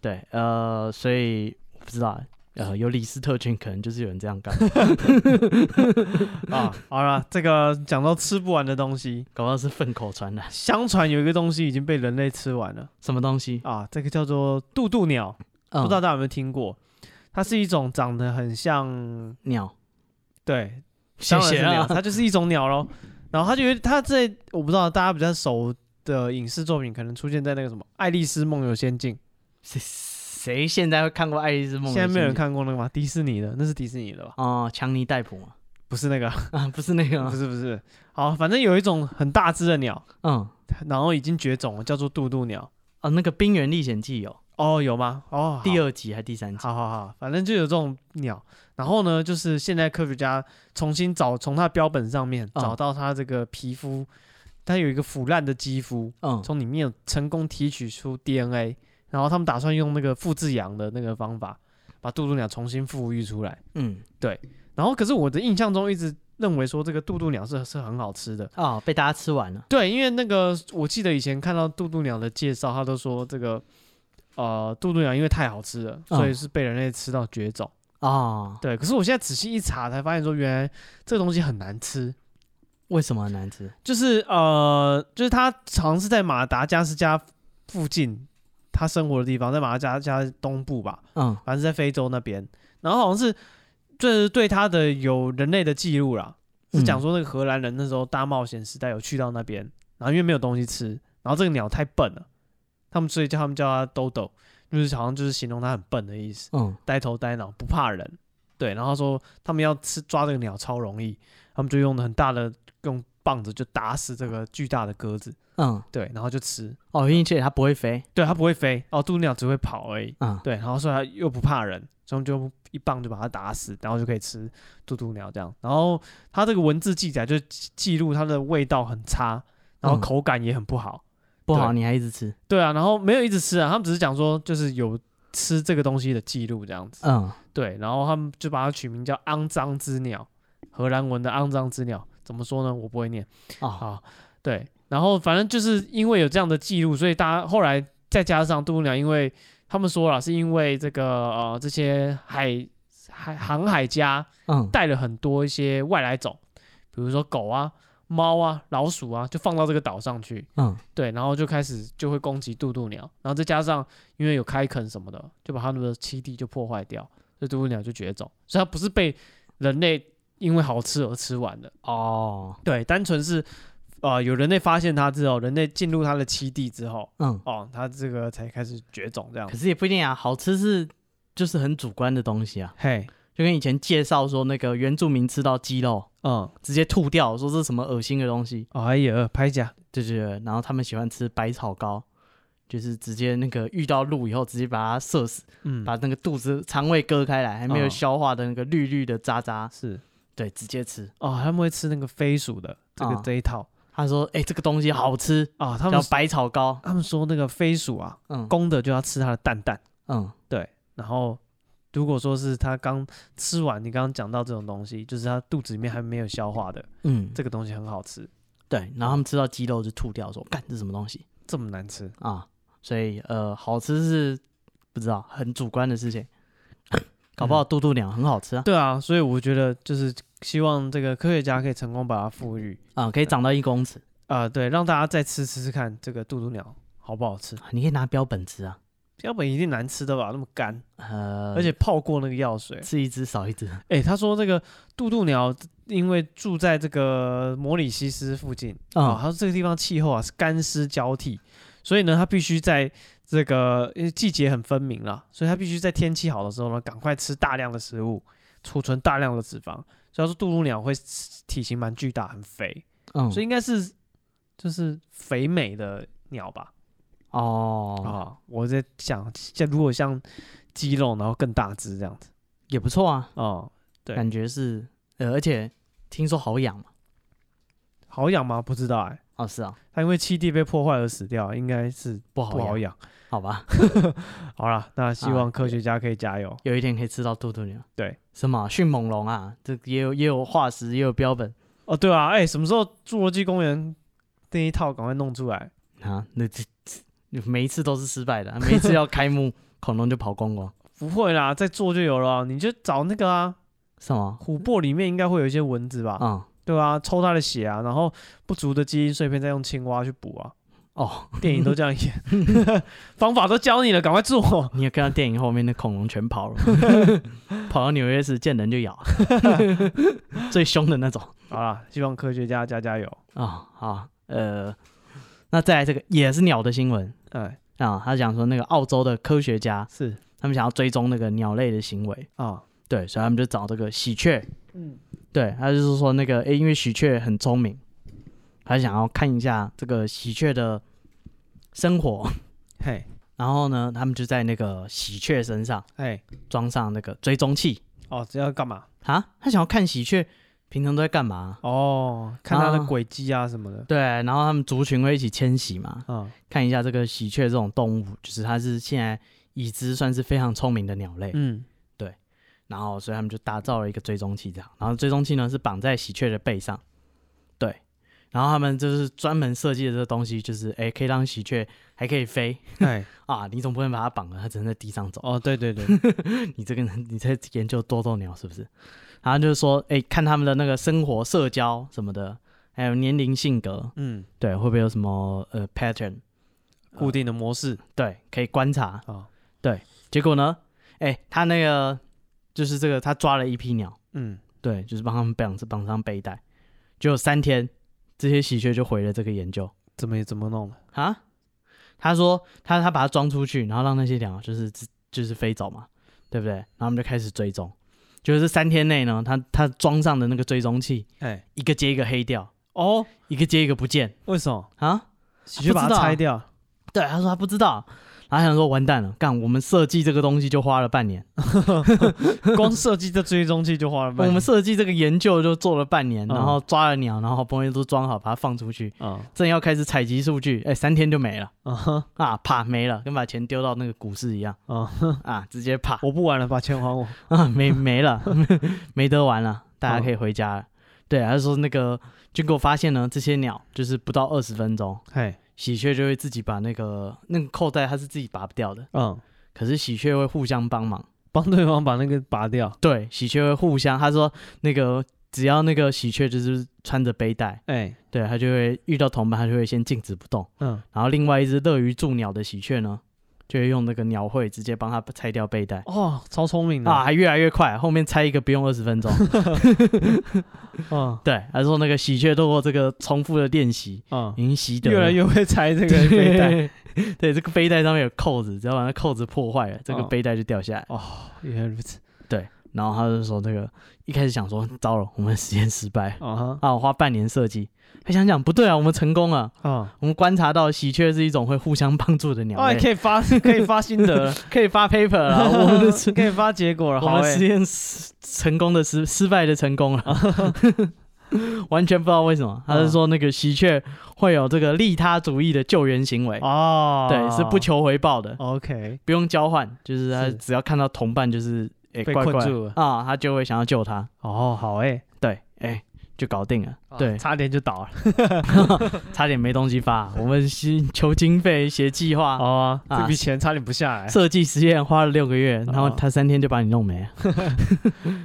S2: 对，呃，所以不知道，呃，有李斯特菌，可能就是有人这样干， (laughs)
S1: 啊，好了，这个讲到吃不完的东西，
S2: 搞不好是粪口传染，
S1: 相传有一个东西已经被人类吃完了
S2: 什么东西？
S1: 啊，这个叫做渡渡鸟，
S2: 不
S1: 不知道大家有没有听过？它是一种长得很像，
S2: 鸟，
S1: 对，
S2: 谢
S1: 当然是
S2: 谢
S1: 鸟，
S2: 啊，
S1: 它就是一种鸟咯。然后它就有它在我不知道大家比较熟的影视作品，可能出现在那个什么《爱丽丝梦游仙境
S2: 谁谁现在会看过《爱丽丝》，梦》？
S1: 现在没有人。看过那个吗？迪士尼的，那是迪士尼的吧？
S2: 哦，强尼戴普嘛，
S1: 不是那个，
S2: (laughs) 啊，不是那个
S1: 不
S2: 吗，
S1: 是不是。好，反正有一种很大只的鸟，
S2: 嗯，
S1: 然后已经绝种了，叫做渡渡鸟。
S2: 哦，那个《冰原历险记》有
S1: 哦，有吗？哦，好
S2: 第二集还是第三集？
S1: 好好好，反正就有这种鸟。然后呢，就是现在科学家重新找从它的标本上面
S2: 嗯
S1: 找到它这个皮肤，它有一个腐烂的肌肤，
S2: 嗯，
S1: 从里面有成功提取出 DNA，然后他们打算用那个复制羊的那个方法，把渡渡鸟重新复育出来。
S2: 嗯，
S1: 然后可是我的印象中一直认为说这个渡渡鸟是是很好吃的，
S2: 哦，被大家吃完了，
S1: 对，因为那个我记得以前看到渡渡鸟的介绍，他都说这个呃渡渡鸟因为太好吃了，所以
S2: 嗯
S1: 是被人类吃到绝种。
S2: 哦，
S1: 对，可是我现在仔细一查才发现说，原来这个东西很难吃，
S2: 为什么很难吃？
S1: 就是呃，就是它好像是在马达加斯加附近，它生活的地方在马达加斯加东部吧，
S2: 嗯，
S1: 反正是在非洲那边，然后好像是就是对它的有人类的记录啦，是讲
S2: 嗯
S1: 说那个荷兰人那时候大冒险时代有去到那边，然后因为没有东西吃，然后这个鸟太笨了，他们所以叫他们叫他兜兜，就是好像就是形容他很笨的意思，
S2: 嗯，
S1: 呆头呆脑，不怕人。对，然后说他们要吃抓这个鸟超容易，他们就用很大的用棒子就打死这个巨大的鸽子，
S2: 嗯，
S1: 对，然后就吃。
S2: 哦，因为这它不会飞，
S1: 对，它不会飞，哦，渡鸟只会跑而已。
S2: 啊、
S1: 对，然后所以它又不怕人，所以我们就一棒就把它打死，然后就可以吃渡渡鸟这样。然后它这个文字记载就记记录它的味道很差，然后
S2: 嗯
S1: 口感也很不好。
S2: 不好
S1: 对
S2: 你还一直吃，
S1: 对啊，然后没有一直吃啊，他们只是讲说就是有吃这个东西的记录这样子。
S2: 嗯，
S1: 对，然后他们就把它取名叫肮脏之鸟，荷兰文的肮脏之鸟。怎么说呢？我不会念。
S2: 哦，
S1: 好，对，然后反正就是因为有这样的记录，所以大家后来再加上渡渡鸟，因为他们说了，是因为这个呃这些海海航海家
S2: 嗯，
S1: 带了很多一些外来种，比如说狗啊、猫啊、老鼠啊，就放到这个岛上去，
S2: 嗯，
S1: 对，然后就开始就会攻击渡渡鸟，然后再加上因为有开垦什么的，就把它们的栖地就破坏掉，所以渡渡鸟就绝种，所以它不是被人类因为好吃而吃完的。
S2: 哦，
S1: 对，单纯是呃有人类发现它之后，人类进入它的栖地之后，
S2: 嗯，
S1: 哦，它这个才开始绝种这样
S2: 可。是也不一定啊，好吃是就是很主观的东西啊，
S1: 嘿，
S2: 就跟以前介绍说那个原住民吃到鸡肉
S1: 嗯，
S2: 直接吐掉，说这是什么恶心的东西，
S1: 哎呀，拍甲，
S2: 对对对，然后他们喜欢吃百草膏。就是直接那个遇到鹿以后，直接把它射死，
S1: 嗯，
S2: 把那个肚子肠胃割开来，还没有
S1: 嗯
S2: 消化的那个绿绿的渣渣，
S1: 是
S2: 对，直接吃。
S1: 哦，他们会吃那个飞鼠的这个
S2: 啊
S1: 这一套
S2: 他说：“哎、这个东西好吃，
S1: 啊，他
S2: 叫
S1: 们
S2: 百草膏。
S1: 他们说那个飞鼠啊，
S2: 嗯”
S1: 公的就要吃它的蛋蛋，
S2: 嗯
S1: 对，然后。如果说是它刚吃完，你刚刚讲到这种东西，就是它肚子里面还没有消化的，
S2: 嗯，
S1: 这个东西很好吃，
S2: 对。然后他们吃到鸡肉就吐掉，说：“干，这什么东西
S1: 这么难吃
S2: 啊？”所以呃，好吃是不知道很主观的事情，搞不好渡渡鸟很好吃啊，
S1: 嗯对啊，所以我觉得就是希望这个科学家可以成功把它复育
S2: 啊、可以长到一公尺，
S1: 啊、对，让大家再吃吃吃看这个渡渡鸟好不好吃。
S2: 啊你可以拿标本吃啊，
S1: 标本一定难吃的吧？那么干，
S2: 呃，
S1: 而且泡过那个药水。
S2: 吃一只少一只，
S1: 哎、他说这个渡渡鸟因为住在这个摩里西斯附近啊、
S2: 嗯
S1: 他说这个地方气候啊是干湿交替，所以呢，它必须在这个因为季节很分明啦，所以它必须在天气好的时候呢，赶快吃大量的食物，储存大量的脂肪。所以他说渡渡鸟会体型蛮巨大，很肥，
S2: 嗯，
S1: 所以应该是就是肥美的鸟吧。
S2: 哦、
S1: 啊，我在想，像如果像鸡肉，然后更大只这样子，
S2: 也不错啊，
S1: 哦、对
S2: 感觉是，呃，而且听说好养嘛，
S1: 好养吗？不知道哎、
S2: 哦，是啊，
S1: 它因为栖地被破坏而死掉，应该是
S2: 不
S1: 不
S2: 好
S1: 好
S2: 养，
S1: 养。
S2: 好吧，
S1: 好啦，那希
S2: 啊
S1: 望科学家可以加油。
S2: 有一天可以吃到渡渡鸟，
S1: 对，
S2: 什么迅猛龙啊，这也有也有化石，也有标本。
S1: 哦，对啊，哎、什么时候侏罗纪公园那一套赶快弄出来？
S2: 啊，那这这每一次都是失败的，每一次要开幕， (laughs) 恐龙就跑光光，
S1: 不会啦，再做就有了啊。你就找那个啊，
S2: 是吗？
S1: 琥珀里面应该会有一些蚊子吧？
S2: 啊、
S1: 对啊，抽它的血啊，然后不足的基因碎片再用青蛙去补啊。
S2: 哦，
S1: 电影都这样演， (laughs) 方法都教你了，赶快做。
S2: 你有看到电影后面的恐龙全跑了，跑到纽约市见人就咬，最凶的那种
S1: 好啦，希望科学家加加油。
S2: 啊、好，呃，那再来这个也是鸟的新闻
S1: 哎，
S2: 啊，他讲说那个澳洲的科学家
S1: 是
S2: 他们想要追踪那个鸟类的行为，
S1: 啊，
S2: 对，所以他们就找这个喜鹊，
S1: 嗯，
S2: 对，他就是说那个，诶，因为喜鹊很聪明，他想要看一下这个喜鹊的生活，
S1: 嘿，
S2: 然后呢，他们就在那个喜鹊身上
S1: 哎，
S2: 装上那个追踪器
S1: 哦，这要干嘛？
S2: 啊，他想要看喜鹊平常都在干嘛。
S1: 哦，看它的
S2: 啊
S1: 轨迹啊什么的。
S2: 对，然后他们族群会一起迁徙嘛，
S1: 啊，
S2: 看一下这个喜鹊这种动物，就是它是现在已知算是非常聪明的鸟类，
S1: 嗯，
S2: 然后所以他们就打造了一个追踪器，这样，然后追踪器呢是绑在喜鹊的背上，对，然后他们就是专门设计的这个东西，就是哎可以让喜鹊还可以飞
S1: 哎，
S2: 啊，你总不能把它绑了，它只能在地上走，
S1: 哦，对对对，
S2: 你这个人 (laughs) 你在研究多豆鸟是不是？然后就是说哎看他们的那个生活、社交什么的，还有年龄、性格，
S1: 嗯，啊
S2: 对，会不会有什么呃 pattern？
S1: 固定的模式
S2: 对，可以观察。
S1: 啊，
S2: 结果呢，哎他那个就是这个他抓了一批鸟。
S1: 嗯，
S2: 对，就是帮他们绑绑上背带，结果三天，这些喜鹊就回了这个研究
S1: 怎么怎么弄？
S2: 啊。他说他他把它装出去，然后让那些鸟就是就是飞走嘛，对不对？然后我们就开始追踪，就是三天内呢，他他装上的那个追踪器，
S1: 哎，
S2: 一个接一个黑掉，
S1: 哦，
S2: 一个接一个不见
S1: 为什么？
S2: 啊。
S1: 你去把它
S2: 不知道啊
S1: 拆掉？ (laughs)
S2: 对，他说他不知道，然后他想说完蛋了，干我们设计这个东西就花了半年，
S1: 光设计这追踪器就花了半
S2: 我
S1: 年。
S2: 们设计这个研究就做了半年，
S1: 嗯
S2: 然后抓了鸟，然后好不容易都装好，把它放出去，
S1: 啊
S2: 正要开始采集数据，哎，三天就没了
S1: 啊哈
S2: 啊，啪没了，跟把钱丢到那个股市一样
S1: 啊哈！
S2: 啊，直接啪
S1: 我不玩了，把钱还我。
S2: 啊， (laughs) 没没了，没得玩了，大家可以回家了。对，他说那个军狗发现呢，这些鸟就是不到二十分钟，
S1: 嘿，
S2: 喜鹊就会自己把那个那个扣带，它是自己拔不掉的，
S1: 嗯，
S2: 可是喜鹊会互相帮忙。
S1: 帮对方把那个拔掉。
S2: 对，喜鹊会互相。他说那个只要那个喜鹊就是穿着背带，
S1: 哎，
S2: 对，它就会遇到同伴，它就会先静止不动。
S1: 嗯，
S2: 然后另外一只乐于助鸟的喜鹊呢，就会用那个鸟喙直接帮它拆掉背带。
S1: 哦，超聪明的
S2: 啊，还越来越快，后面拆一个不用二十分钟。
S1: 嗯
S2: 对，他说那个喜鹊透过这个重复的练习，
S1: 嗯，
S2: 已经习得了
S1: 越来越会拆这个背带。。
S2: (laughs) 对，这个背带上面有扣子，只要把那扣子破坏了，这个
S1: 哦
S2: 背带就掉下来。
S1: 哦，原来如此。
S2: 然后他就说，那个一开始想说，糟了，我们实验失败了，
S1: 啊哈
S2: (laughs) 啊，我花半年设计，还想想不对啊，我们成功了。
S1: 啊，
S2: 我们观察到喜鹊是一种会互相帮助的鸟
S1: 哦，
S2: 类，
S1: 可以发 (laughs) 可以发心啊得
S2: (laughs)
S1: 了，
S2: 可以发 paper (laughs) 了。啊我们的
S1: (laughs) 可以发结果了，
S2: 我
S1: 好
S2: 们
S1: 哎
S2: 实。验失成功的失失败的成功了， (laughs) 完全不知道为什么。
S1: 嗯
S2: 他是说那个喜鹊会有这个利他主义的救援行为，
S1: 哦，
S2: 对，是不求回报的，
S1: OK，
S2: 不用交换，就是他
S1: 是
S2: 只要看到同伴就是诶、
S1: 被
S2: 怪
S1: 困
S2: 怪
S1: 住了
S2: 啊，他就会想要救他，
S1: 哦，好哎，
S2: 对，哎、就搞定了，对
S1: 啊，差点就倒
S2: (laughs)
S1: 了。
S2: 差点没东
S1: (laughs)
S2: 西发，我们先求经费写计划。
S1: 好啊，(laughs)
S2: 啊
S1: 这笔钱差点不下来。
S2: 设计实验花了六个月，
S1: 哦
S2: 然后他三天就把你弄没了。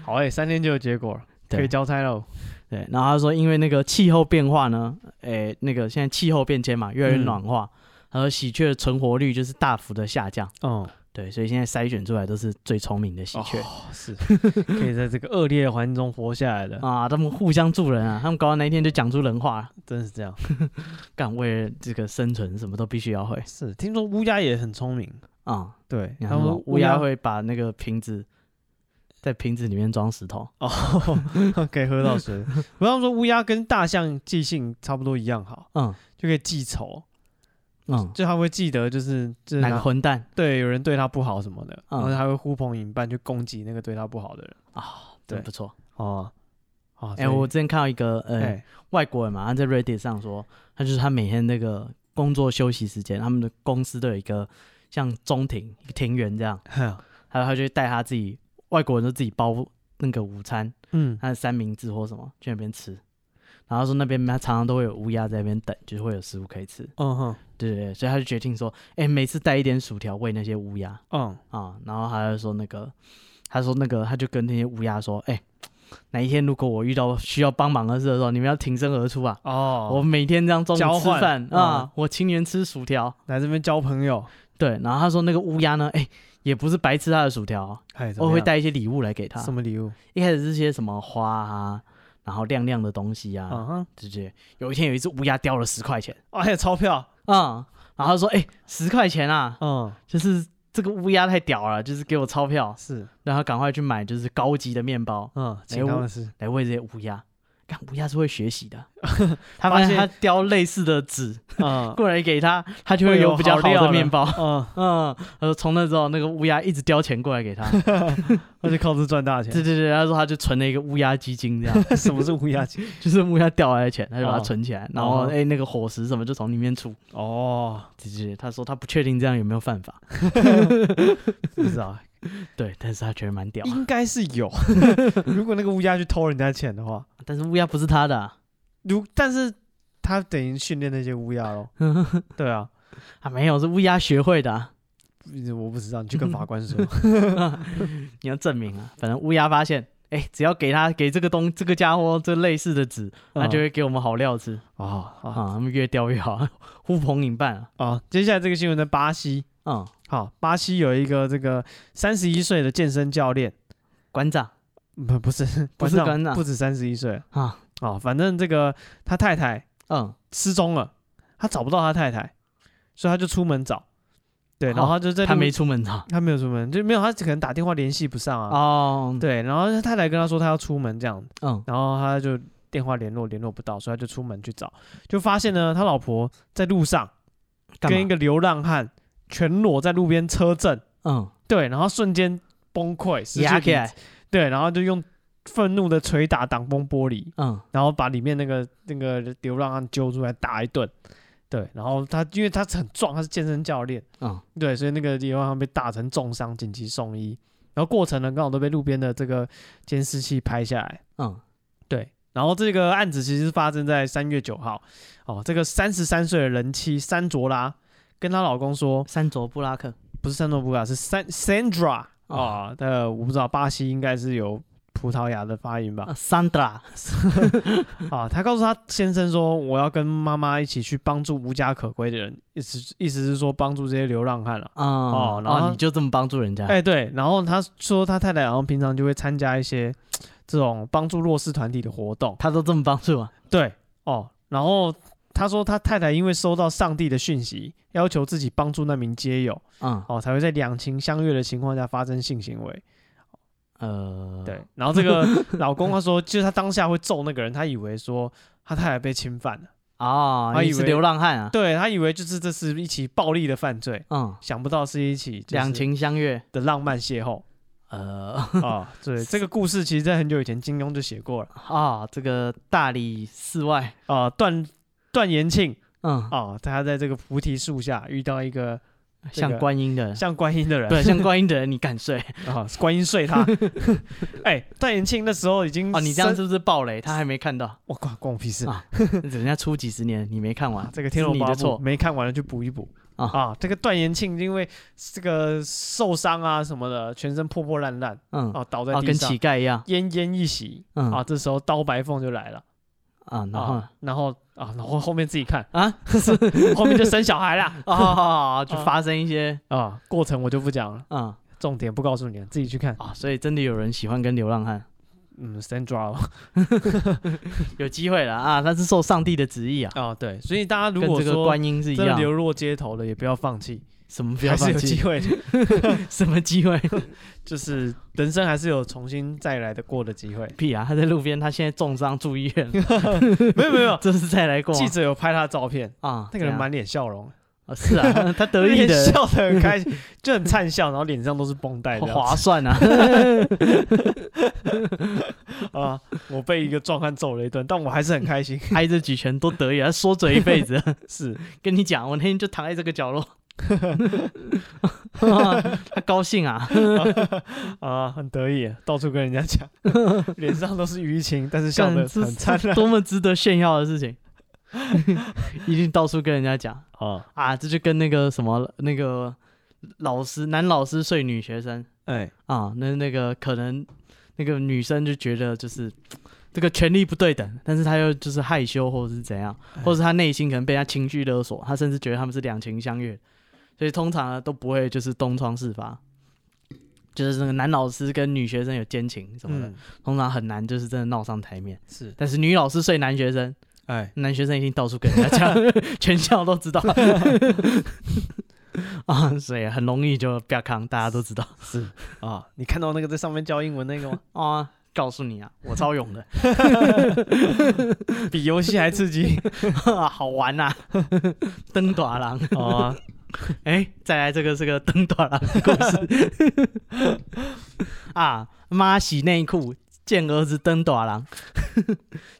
S1: 好哎，三天就有结果了，
S2: 对
S1: 可以交差喽。
S2: 对，然后他说，因为那个气候变化呢，诶、那个现在气候变迁嘛，越来越
S1: 嗯
S2: 暖化，然后喜鹊的存活率就是大幅的下降。
S1: 嗯，
S2: 对，所以现在筛选出来都是最聪明哦的喜鹊、
S1: 哦、是 (laughs) 可以在这个恶劣的环境中活下来的，
S2: 啊，他们互相助人啊，他们搞到那一天就讲出人话了，
S1: 真是这样。
S2: 干为了这个生存，什么都必须要会
S1: 是，听说乌鸦也很聪明，
S2: 啊。
S1: 对，
S2: 然
S1: 他们
S2: 后乌鸦会把那个瓶子在瓶子里面装石头，
S1: 哦， (laughs) 可以喝到
S2: (laughs)
S1: 水。我刚说乌鸦跟大象记性差不多一样好，
S2: 嗯
S1: 就可以记仇，
S2: 嗯，
S1: 就它会记得就是就是
S2: 哪个
S1: 哪
S2: 混蛋
S1: 对有人对它不好什么的，然
S2: 嗯
S1: 后它会呼朋引伴去攻击那个对它不好的人。
S2: 啊，
S1: 对
S2: 真不错。
S1: 哦，哦，
S2: 哎、
S1: 所以
S2: 我之前看到一个呃、
S1: 哎
S2: 外国人嘛，他在 Reddit 上说，他就是他每天那个工作休息时间，他们的公司都有一个像中庭一个庭园这样，
S1: 哼
S2: 还有他就会带他自己外国人都自己包那个午餐，
S1: (laughs) 嗯
S2: 他的三明治或什么去那边吃。然后他说那边他常常都会有乌鸦在那边等，就是会有食物可以吃，
S1: 嗯哼
S2: 对对对，所以他就决定说，哎，每次带一点薯条喂那些乌鸦
S1: 嗯
S2: 啊。然后他就说那个，他说那个，他就跟那些乌鸦说，哎，哪一天如果我遇到需要帮忙的事的时候，你们要挺身而出啊，
S1: 哦，
S2: 我每天这样中午
S1: 交
S2: 吃
S1: 换嗯
S2: 饭啊，我请你们吃薯条。
S1: 来这边交朋友，
S2: 对，然后他说那个乌鸦呢，哎、也不是白吃他的薯条哦，
S1: 哎，怎
S2: 我
S1: 么
S2: 会
S1: 样
S2: 带一些礼物来给他。
S1: 什么礼物？
S2: 一开始是些什么花啊，然后亮亮的东西啊，
S1: 嗯哼，
S2: 直接有一天有一只乌鸦叼了十块钱，
S1: 哦，还有钞票，
S2: 啊、然后他说哎，十、块钱啊，
S1: 嗯，
S2: 就是这个乌鸦太屌了，就是给我钞票，
S1: 是，
S2: 让他赶快去买就是高级的面包
S1: 嗯，请
S2: 哎
S1: 他
S2: 我
S1: 们吃。
S2: 来喂这些乌鸦。看乌鸦是会学
S1: (laughs)
S2: 习的，
S1: 发
S2: 他发现
S1: 现
S2: 他叼类似的纸
S1: 嗯
S2: 过来给他，他 (laughs) 就会
S1: 会有
S2: 有比较
S1: 好
S2: 好
S1: 料
S2: 的
S1: 了
S2: 面包。
S1: 嗯，
S2: 嗯，他说从那之后，那个乌鸦一直叼钱过来给他。
S1: 那就靠这赚
S2: (laughs)
S1: 大
S2: 对对
S1: 钱。
S2: 对，他说他就存了一个乌鸦基金，这样
S1: 什么是乌鸦钱？
S2: 就是乌鸦掉来的钱，他就把
S1: 哦
S2: 它存起来，然后
S1: 嗯哼
S2: 哎、那个伙食什么就从里面出。
S1: 哦，
S2: 对对对，他说他不确定这样有没有犯法，
S1: 不啊知
S2: (laughs)
S1: 道，
S2: 对，但是他觉得蛮屌。
S1: 应该是有。 (laughs) 如果那个乌鸦去偷人家钱的话，
S2: 但是乌鸦不是他的啊、
S1: 如但是他等于训练那些乌鸦
S2: (laughs)
S1: 咯。对啊，
S2: 啊，没有是乌鸦学会的啊、
S1: 我不知道，你去跟法官
S2: (laughs)
S1: 说。
S2: 你要证明啊。反正乌鸦发现，哎、只要给他给这个东这个家伙这类似的纸，
S1: 啊
S2: 他啊就会给我们好料吃、
S1: 哦哦
S2: 啊，他们越叼越好，呼朋引伴啊。
S1: 哦，接下来这个新闻在巴西。
S2: 嗯，
S1: 好，巴西有一个这个三十一岁的健身教练，
S2: 馆长
S1: 嗯不不是
S2: (laughs) 不是跟啊
S1: 不止三十一岁
S2: 啊，
S1: 哦，反正这个他太太
S2: 嗯
S1: 失踪了，他找不到他太太，所以他就出门找，对，然后他就在
S2: 哦他
S1: 路
S2: 没出门啊。
S1: 他没有出门，就没有他可能打电话联系不上啊，
S2: 哦，，
S1: 对，然后他太太跟他说他要出门这样，
S2: 嗯，
S1: 然后他就电话联络联络不到，所以他就出门去找，就发现呢他老婆在路上
S2: 干
S1: 跟一
S2: 嘛？
S1: 个流浪汉全裸在路边车震，
S2: 嗯，
S1: 对，然后瞬间崩溃，失去
S2: 压起
S1: 理
S2: 来，
S1: 对，然后就用愤怒的捶打挡风玻璃，
S2: 嗯，
S1: 然后把里面那个那个流浪汉揪出来打一顿。对，然后他因为他很壮，他是健身教练，
S2: 嗯，
S1: 对，所以那个流浪汉被打成重伤，紧急送医。然后过程呢，刚好都被路边的这个监视器拍下来。
S2: 嗯，
S1: 对，然后这个案子其实是发生在三月九号。哦，这个三十三岁的人妻珊卓拉跟她老公说，
S2: 山卓布拉克，
S1: 不是山卓布拉，是三 Sandra 啊、
S2: 哦
S1: 哦，呃，我不知道巴西应该是有葡萄牙的发
S2: (laughs)
S1: 音吧？
S2: 桑德拉，
S1: 啊，他告诉他先生说，我要跟妈妈一起去帮助无家可归的人，意思意思是说帮助这些流浪汉了、
S2: 嗯，
S1: 哦
S2: 哦
S1: 然后
S2: 你就这么帮助人家，
S1: 哎、对，然后他说他太太好像平常就会参加一些这种帮助弱势团体的活动，
S2: 他都这么帮助啊，
S1: 对，哦，然后他说他太太因为收到上帝的讯息，要求自己帮助那名街友，
S2: 嗯，
S1: 哦，才会在两情相悦的情况下发生性行为。
S2: 呃，
S1: 对，，然后这
S2: (laughs)
S1: 个老公他说，就是他当下会揍那个人，他以为说他太太被侵犯了，
S2: 哦，
S1: 他以
S2: 你是
S1: 为
S2: 流浪汉啊，
S1: 对他以为就是这是一起暴力的犯罪。
S2: 嗯，
S1: 想不到是一起就是
S2: 两情相悦，
S1: 的浪漫邂
S2: (laughs)
S1: 逅
S2: 呃，
S1: 啊！对，这个故事其实在很久以前金庸就写过了
S2: 啊，这个大理寺外，
S1: 啊。段段延庆
S2: 嗯，
S1: 啊，他在这个菩提树下遇到一个这
S2: 像
S1: 个
S2: 观音的人，
S1: 像观音的人，
S2: 对，像观音的人，你
S1: (laughs)
S2: 敢睡？
S1: 啊，观音睡
S2: (laughs)
S1: 他。哎，段延庆那时候已经
S2: 哦，你这样
S1: 身，
S2: 是不是暴雷？他还没看到，
S1: 我关关我屁事
S2: 啊。人家出几十年，你没看完，
S1: 啊这个《天龙
S2: 是
S1: 八
S2: 你
S1: 部
S2: 的》错
S1: 没看完了就补一补
S2: 啊
S1: 啊！这个段延庆因为这个受伤啊什么的，全身破破烂烂
S2: 嗯，
S1: 啊，倒在
S2: 哦，
S1: 地
S2: 跟
S1: 上，
S2: 乞丐一样，
S1: 奄奄一息
S2: 嗯
S1: 啊。这时候刀白凤就来了。
S2: 啊，然后，
S1: 啊，然后啊，然后后面自己看 (laughs)
S2: 啊，
S1: 后面就生小孩 (laughs)
S2: (laughs)
S1: 啦。
S2: 啊，就
S1: 啊
S2: 发生一些，
S1: 啊，过程我就不讲了，
S2: 嗯，
S1: 重点不告诉你了，自己去看。
S2: 啊，所以真的有人喜欢跟流浪汉，
S1: 嗯，Sandra
S2: (laughs)
S1: 哦
S2: 有机会了啊，他是受上帝的旨意啊，
S1: 啊，对，所以大家如
S2: 跟
S1: 果
S2: 这个
S1: 说
S2: 观音是一
S1: 真的
S2: 样，
S1: 流落街头的，也不要放弃，
S2: 什么不要
S1: 还是
S2: 放
S1: 有机
S2: 弃，
S1: 会的，
S2: (laughs) 什么机会？。
S1: 就是人生还是有重新再来的过的机会
S2: 屁啊，他在路边，他现在重伤住医院，
S1: (laughs) 没有没有，
S2: (laughs) 这是再来过吗
S1: (laughs) 记者有拍他的照片，
S2: 啊，
S1: 那个人
S2: 怎样
S1: 满脸笑容，
S2: 啊是啊， (laughs) 他得意
S1: 那天 (laughs)
S2: 的。
S1: 笑得很开心，就很灿笑，然后脸上都是绷带 (laughs) 这样子，
S2: 划算啊！ (laughs)
S1: 啊！我被一个壮汉揍了一顿，但我还是很开 (laughs) 心。
S2: 挨着几拳都得意，他说嘴一辈子。 (laughs)
S1: 是，
S2: 跟你讲，我那天就躺在这个
S1: (laughs)
S2: 角落， (laughs) 他高兴啊，
S1: 啊，很得意，到处跟人家 (laughs) 讲，脸上都是淤青，但是笑
S2: 干
S1: 得
S2: 这
S1: 很灿
S2: 这
S1: (laughs) 烂
S2: (laughs) 多么值得炫耀的
S1: (laughs)
S2: 事情！一定到处跟人家讲
S1: 啊！
S2: 啊，这就跟那个什么那个老师男老师睡女学生
S1: 哎，
S2: 啊，那那个可能那个女生就觉得就是这个权力不对等，但是她又就是害羞或者是怎样，
S1: 哎
S2: 或者是她内心可能被她情绪勒索，她甚至觉得他们是两情相悦，所以通常啊呢都不会就是东窗事发。就是那个男老师跟女学生有奸情什么的，
S1: 嗯，
S2: 通常很难就是真的闹上台面。
S1: 是，
S2: 但是女老师睡男学生，
S1: 哎，
S2: 男学生一定到处跟人家讲，全校都知道。 (laughs) 啊，所以很容易就不要扛，大家都知道。
S1: 是啊，你看到那个在上面教英文那个吗？ (laughs)
S2: 啊，告诉你啊，我超勇的， (laughs)
S1: 比游戏还刺 (laughs) 激
S2: 好玩呐、啊，登短 (laughs) 郎。
S1: 啊！
S2: 哎、再来这个这个登短郎的故事 (laughs) 啊，妈洗内裤。见儿子登短郎，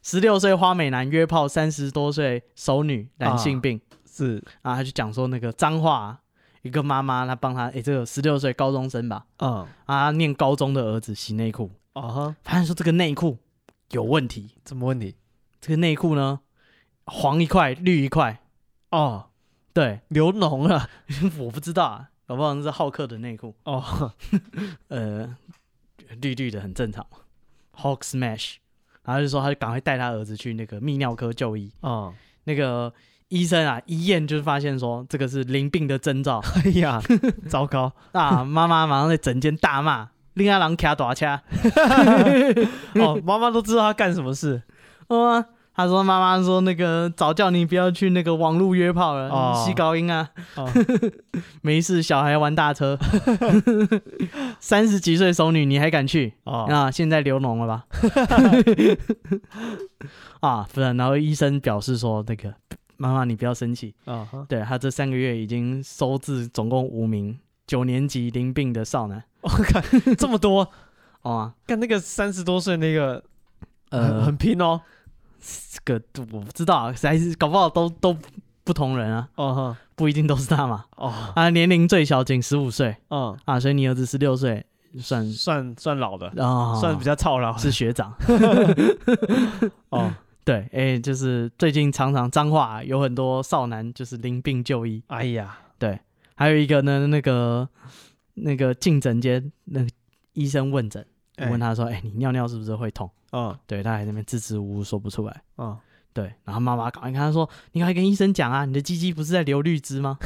S2: 十六岁花美男约炮三十多岁熟女染性病，
S1: 是
S2: 啊，他就讲说那个脏话、啊一个妈妈她帮他，诶、这个十六岁高中生吧，
S1: 啊
S2: 啊，念高中的儿子洗内裤，
S1: 啊哈，
S2: 发现说这个内裤有问题，
S1: 什么问题？
S2: 这个内裤呢黄一块绿一块，
S1: 哦，
S2: 对，
S1: 流脓了
S2: (laughs) 我不知道啊，搞不好那是浩克的内裤，
S1: 哦，
S2: (laughs) 呃，绿绿的很正常嘛，Hawk Smash，然后就说他就赶快带他儿子去那个泌尿科就医，
S1: 啊，
S2: 那个医生啊一验就发现说这个是淋病的征兆，
S1: 哎呀，糟糕 (laughs)
S2: 啊，妈妈马上在整间大骂，另外人卡大车，
S1: 哦，妈妈都知道他干什么事
S2: 哦、啊，他说妈妈说那个早叫你不要去那个网络约炮了，
S1: 哦
S2: 吸高音啊，
S1: 哦
S2: 没事，小孩玩大车， (laughs) 三十几岁熟女你还敢去？ (laughs)
S1: 哦，
S2: 啊，现在流脓了吧？ (laughs) 啊，不然，然后医生表示说，那个妈妈你不要生气，
S1: 哦哈
S2: 对他这三个月已经收治总共五名九年级淋病的少男，
S1: 我看这么多，
S2: 哦、啊，
S1: 看那个三十多岁那个很
S2: 呃
S1: 很，拼哦，
S2: 这个我不知道啊，还是搞不好都都不同人啊，
S1: 哦哈
S2: 不一定都是他嘛，
S1: 哦
S2: 啊，年龄最小仅十五岁
S1: 嗯，
S2: 啊，所以你儿子十六岁算
S1: 算算老的，
S2: 啊，
S1: 算比较操劳
S2: 是学长， (laughs)
S1: 哦。
S2: 对，哎、就是最近常常脏话有很多少男就是淋病就医，
S1: 哎呀，
S2: 还有一个呢，那个那个进诊间，那个医生问诊，
S1: 哎
S2: 问他说：“哎、你尿尿是不是会痛
S1: 嗯？”
S2: 对，他还在那边支支吾吾说不出来。
S1: 嗯，
S2: 对，然后妈妈赶快跟他说：“你赶快跟医生讲啊，你的鸡鸡不是在流绿汁吗？”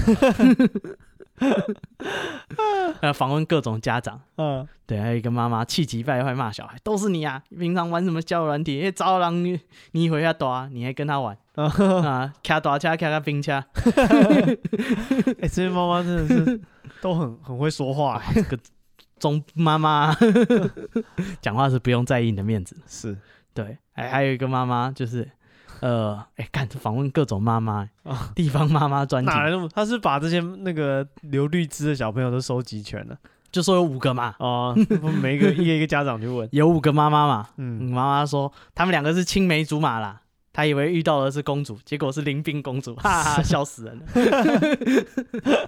S1: (laughs)
S2: 呃，访问各种家长，
S1: 嗯，
S2: 对，还有一个妈妈气急败坏骂小孩：“都是你啊！平常玩什么交友软体？哎、糟狼你你回家打啊，你还跟他玩
S1: 嗯
S2: 啊？卡打车，卡卡冰车，
S1: 哎，这些妈妈真的是都很 (laughs) 很会说话，
S2: 这个中
S1: (laughs)
S2: 妈妈讲话是不用在意你的面子。”
S1: 是
S2: 对，还还有一个妈妈就是，呃，哎、干访问各种妈妈、
S1: 啊，
S2: 地方妈妈专题，
S1: 哪来那么？他是把这些那个留绿枝的小朋友都收集全了
S2: 就说有五个嘛，
S1: 哦，每一个一个一个家长去问，
S2: 有五个妈妈嘛，嗯
S1: 嗯，
S2: 妈妈说他们两个是青梅竹马啦，她以为遇到的是公主，结果是林冰公主，
S1: (laughs)
S2: 哈哈，笑死人了，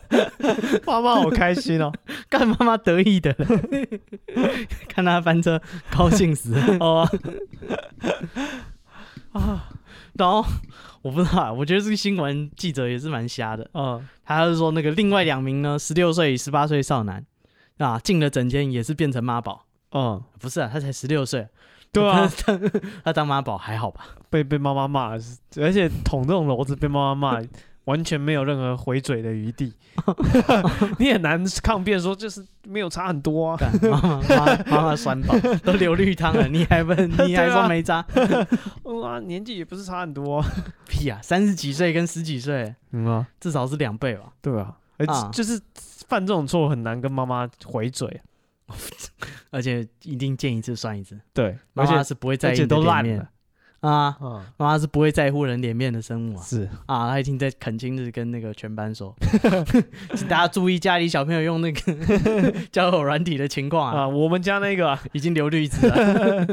S1: 妈妈好开心哦，
S2: 干妈妈得意的了， (laughs) 看她翻车，高兴死了，
S1: (laughs)
S2: (laughs)
S1: 哦，
S2: 然后我不知道啊，我觉得这个新闻记者也是蛮瞎的，
S1: 嗯，
S2: 他是说那个另外两名呢，十六岁、十八岁少男啊，进了整间也是变成妈宝。
S1: 嗯，
S2: 不是啊，他才十六岁，
S1: 对啊，
S2: 他，他他当妈宝还好吧？
S1: 被被妈妈骂，是而且捅这种篓子被妈妈骂，完全没有任何回嘴的余 (laughs) 地，你很难抗辩说就是没有差很多啊，
S2: 干妈妈妈妈妈酸宝都流绿汤了，你
S1: (laughs)
S2: 还问你还
S1: 对啊
S2: 说没渣？
S1: 嗯啊，年纪也不是差很多啊，
S2: 屁啊，三十几岁跟十几岁
S1: 嗯啊，
S2: 至少是两倍吧？
S1: 对啊，而
S2: 啊
S1: 就是犯这种错很难跟妈妈回嘴，
S2: 而且一定见一次算一次，
S1: 对，
S2: 妈
S1: 而且
S2: 妈是不会在
S1: 而
S2: 意
S1: 且
S2: 你的
S1: 都
S2: 脸
S1: 烂
S2: 面
S1: 了，
S2: 啊。
S1: 啊，
S2: 妈妈是不会在乎人脸面的生物
S1: (laughs)
S2: 啊！
S1: 是，
S2: 啊，她已经在恳亲日跟那个全班说，请大家注意家里小朋友用那个 (laughs) 交友软体的情况啊，
S1: 啊，我们家那个 (laughs) 啊
S2: 已经流绿子
S1: (laughs)
S2: 了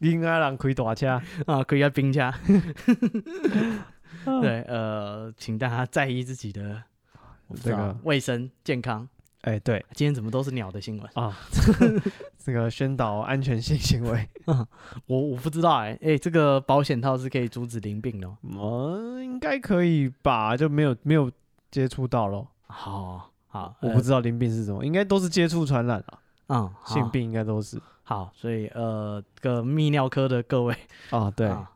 S1: 应该让开大车，
S2: 啊，可以要
S1: (laughs)
S2: 冰家。
S1: 对，
S2: 对，呃，请大家在意自己的我不知
S1: 这
S2: 道
S1: 个
S2: 卫生健康。
S1: 哎对
S2: 今天怎么都是鸟的新闻？
S1: 啊，这个宣导安全性行为，
S2: 我我不知道
S1: 欸
S2: 哎、哎、这个保险套是可以阻止淋病的、哦。
S1: (laughs) 嗯，应该可以吧，就没有没有接触到咯。
S2: 好好，
S1: 我不知道淋病是什么，应该都是接触传染啊，
S2: 道，嗯，好
S1: 性。病应该都是
S2: 好，所以呃，这个泌尿科的各位，
S1: 啊，对，
S2: 啊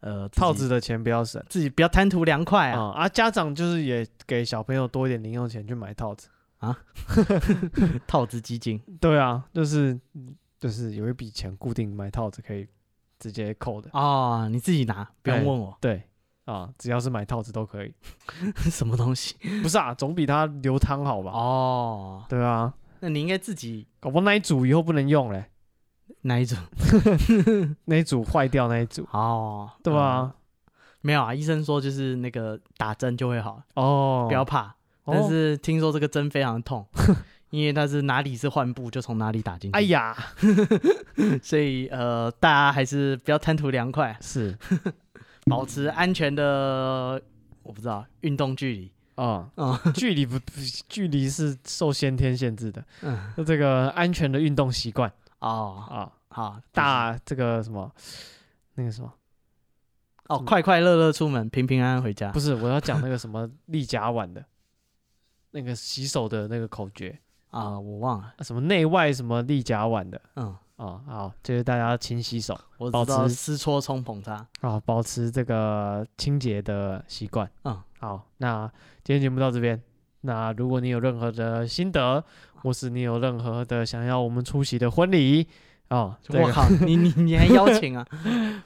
S2: 呃，自己
S1: 套子的钱不要省
S2: 自己不要贪图凉快啊。
S1: 啊啊，家长就是也给小朋友多一点零用钱去买套子，
S2: 套子基金
S1: 对啊，就是就是有一笔钱固定买套子可以直接扣的，
S2: 哦，你自己拿，不用
S1: 哎
S2: 问我
S1: 对啊，只要是买套子都可以，
S2: 哎 (laughs) 什么东西
S1: 不是啊，总比他流汤好吧？
S2: 哦。
S1: 对啊，
S2: 那你应该自己
S1: 搞不好那一组以后不能用嘞，
S2: 哪一种？
S1: 那一组坏掉那一组，
S2: 哦，
S1: 对
S2: 嗯
S1: 吧？
S2: 没有啊，医生说就是那个打针就会好，
S1: 哦，
S2: 不要怕。
S1: 哦
S2: 但是听说这个针非常 (laughs) 痛，因为它是哪里是患部就从哪里打进去。
S1: 哎，呀，
S2: 所以呃，大家还是不要贪图凉快，
S1: 是
S2: 保持安全的，我不知道运动距离。
S1: 啊，
S2: 嗯
S1: 距离不 (laughs) 不距离是受先天限制的。
S2: 嗯，
S1: 那这个安全的运动习惯
S2: 哦，
S1: 啊，
S2: 好
S1: 大这个什么那个什么，
S2: 哦，快快乐乐出门，平平安安回家
S1: 不。是我要讲那个什么立甲碗的，那个洗手的那个口诀，
S2: 啊、我忘了。
S1: 啊什么内外什么立甲碗的
S2: 嗯，
S1: 啊，好，就是大家勤洗手
S2: 我
S1: 保
S2: 只知道
S1: 持
S2: 湿搓冲捧擦。
S1: 啊，保持这个清洁的习惯。
S2: 嗯，
S1: 好，那今天节目到这边。那如果你有任何的心得，或是你有任何的想要我们出席的婚礼，哦，这
S2: 我
S1: 个
S2: 靠，你你你还邀请啊？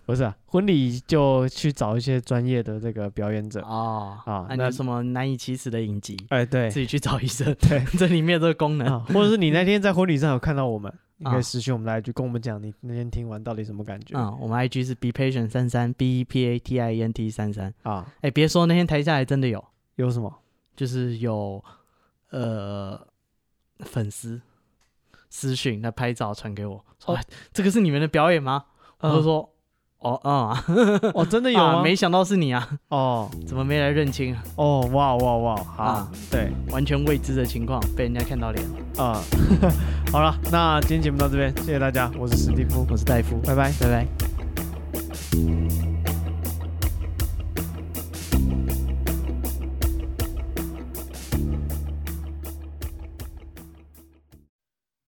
S1: 不是啊，婚礼就去找一些专业的这个表演 (laughs) 者。
S2: 哦
S1: 啊
S2: 啊，你
S1: 那
S2: 有什么难以启齿的影集？
S1: 哎，对
S2: 自己去找医生，
S1: 对
S2: (laughs) 这里面有这个功能
S1: 啊，或者是你那天在婚礼上有看到我
S2: (laughs)
S1: 们，你可
S2: 啊
S1: 以私信我们来一句，跟我们讲你那天听完到底什么感觉
S2: 嗯，我们 IG 是 be patient 三三 b e p a t i e n t 三三。
S1: 啊？
S2: 哎，别说那天台下还真的有，
S1: 有什么？
S2: 就是有呃粉丝私讯来拍照传给我，说、
S1: 哦
S2: 哎这个是你们的表演吗？我就
S1: 嗯
S2: 说哦嗯啊，
S1: (laughs) 哦，真的有
S2: 呃 (laughs) 啊
S1: 吗？
S2: 没想到是你啊，
S1: 哦
S2: 怎么没来认亲？啊？
S1: 哦，哇哇哇，好
S2: 啊，
S1: 对
S2: 完全未知的情况被人家看到脸。
S1: 啊， (laughs) 好了，那今天节目到这边，谢谢大家，我是史蒂夫，
S2: 我是戴夫，
S1: 拜拜。
S2: 拜拜。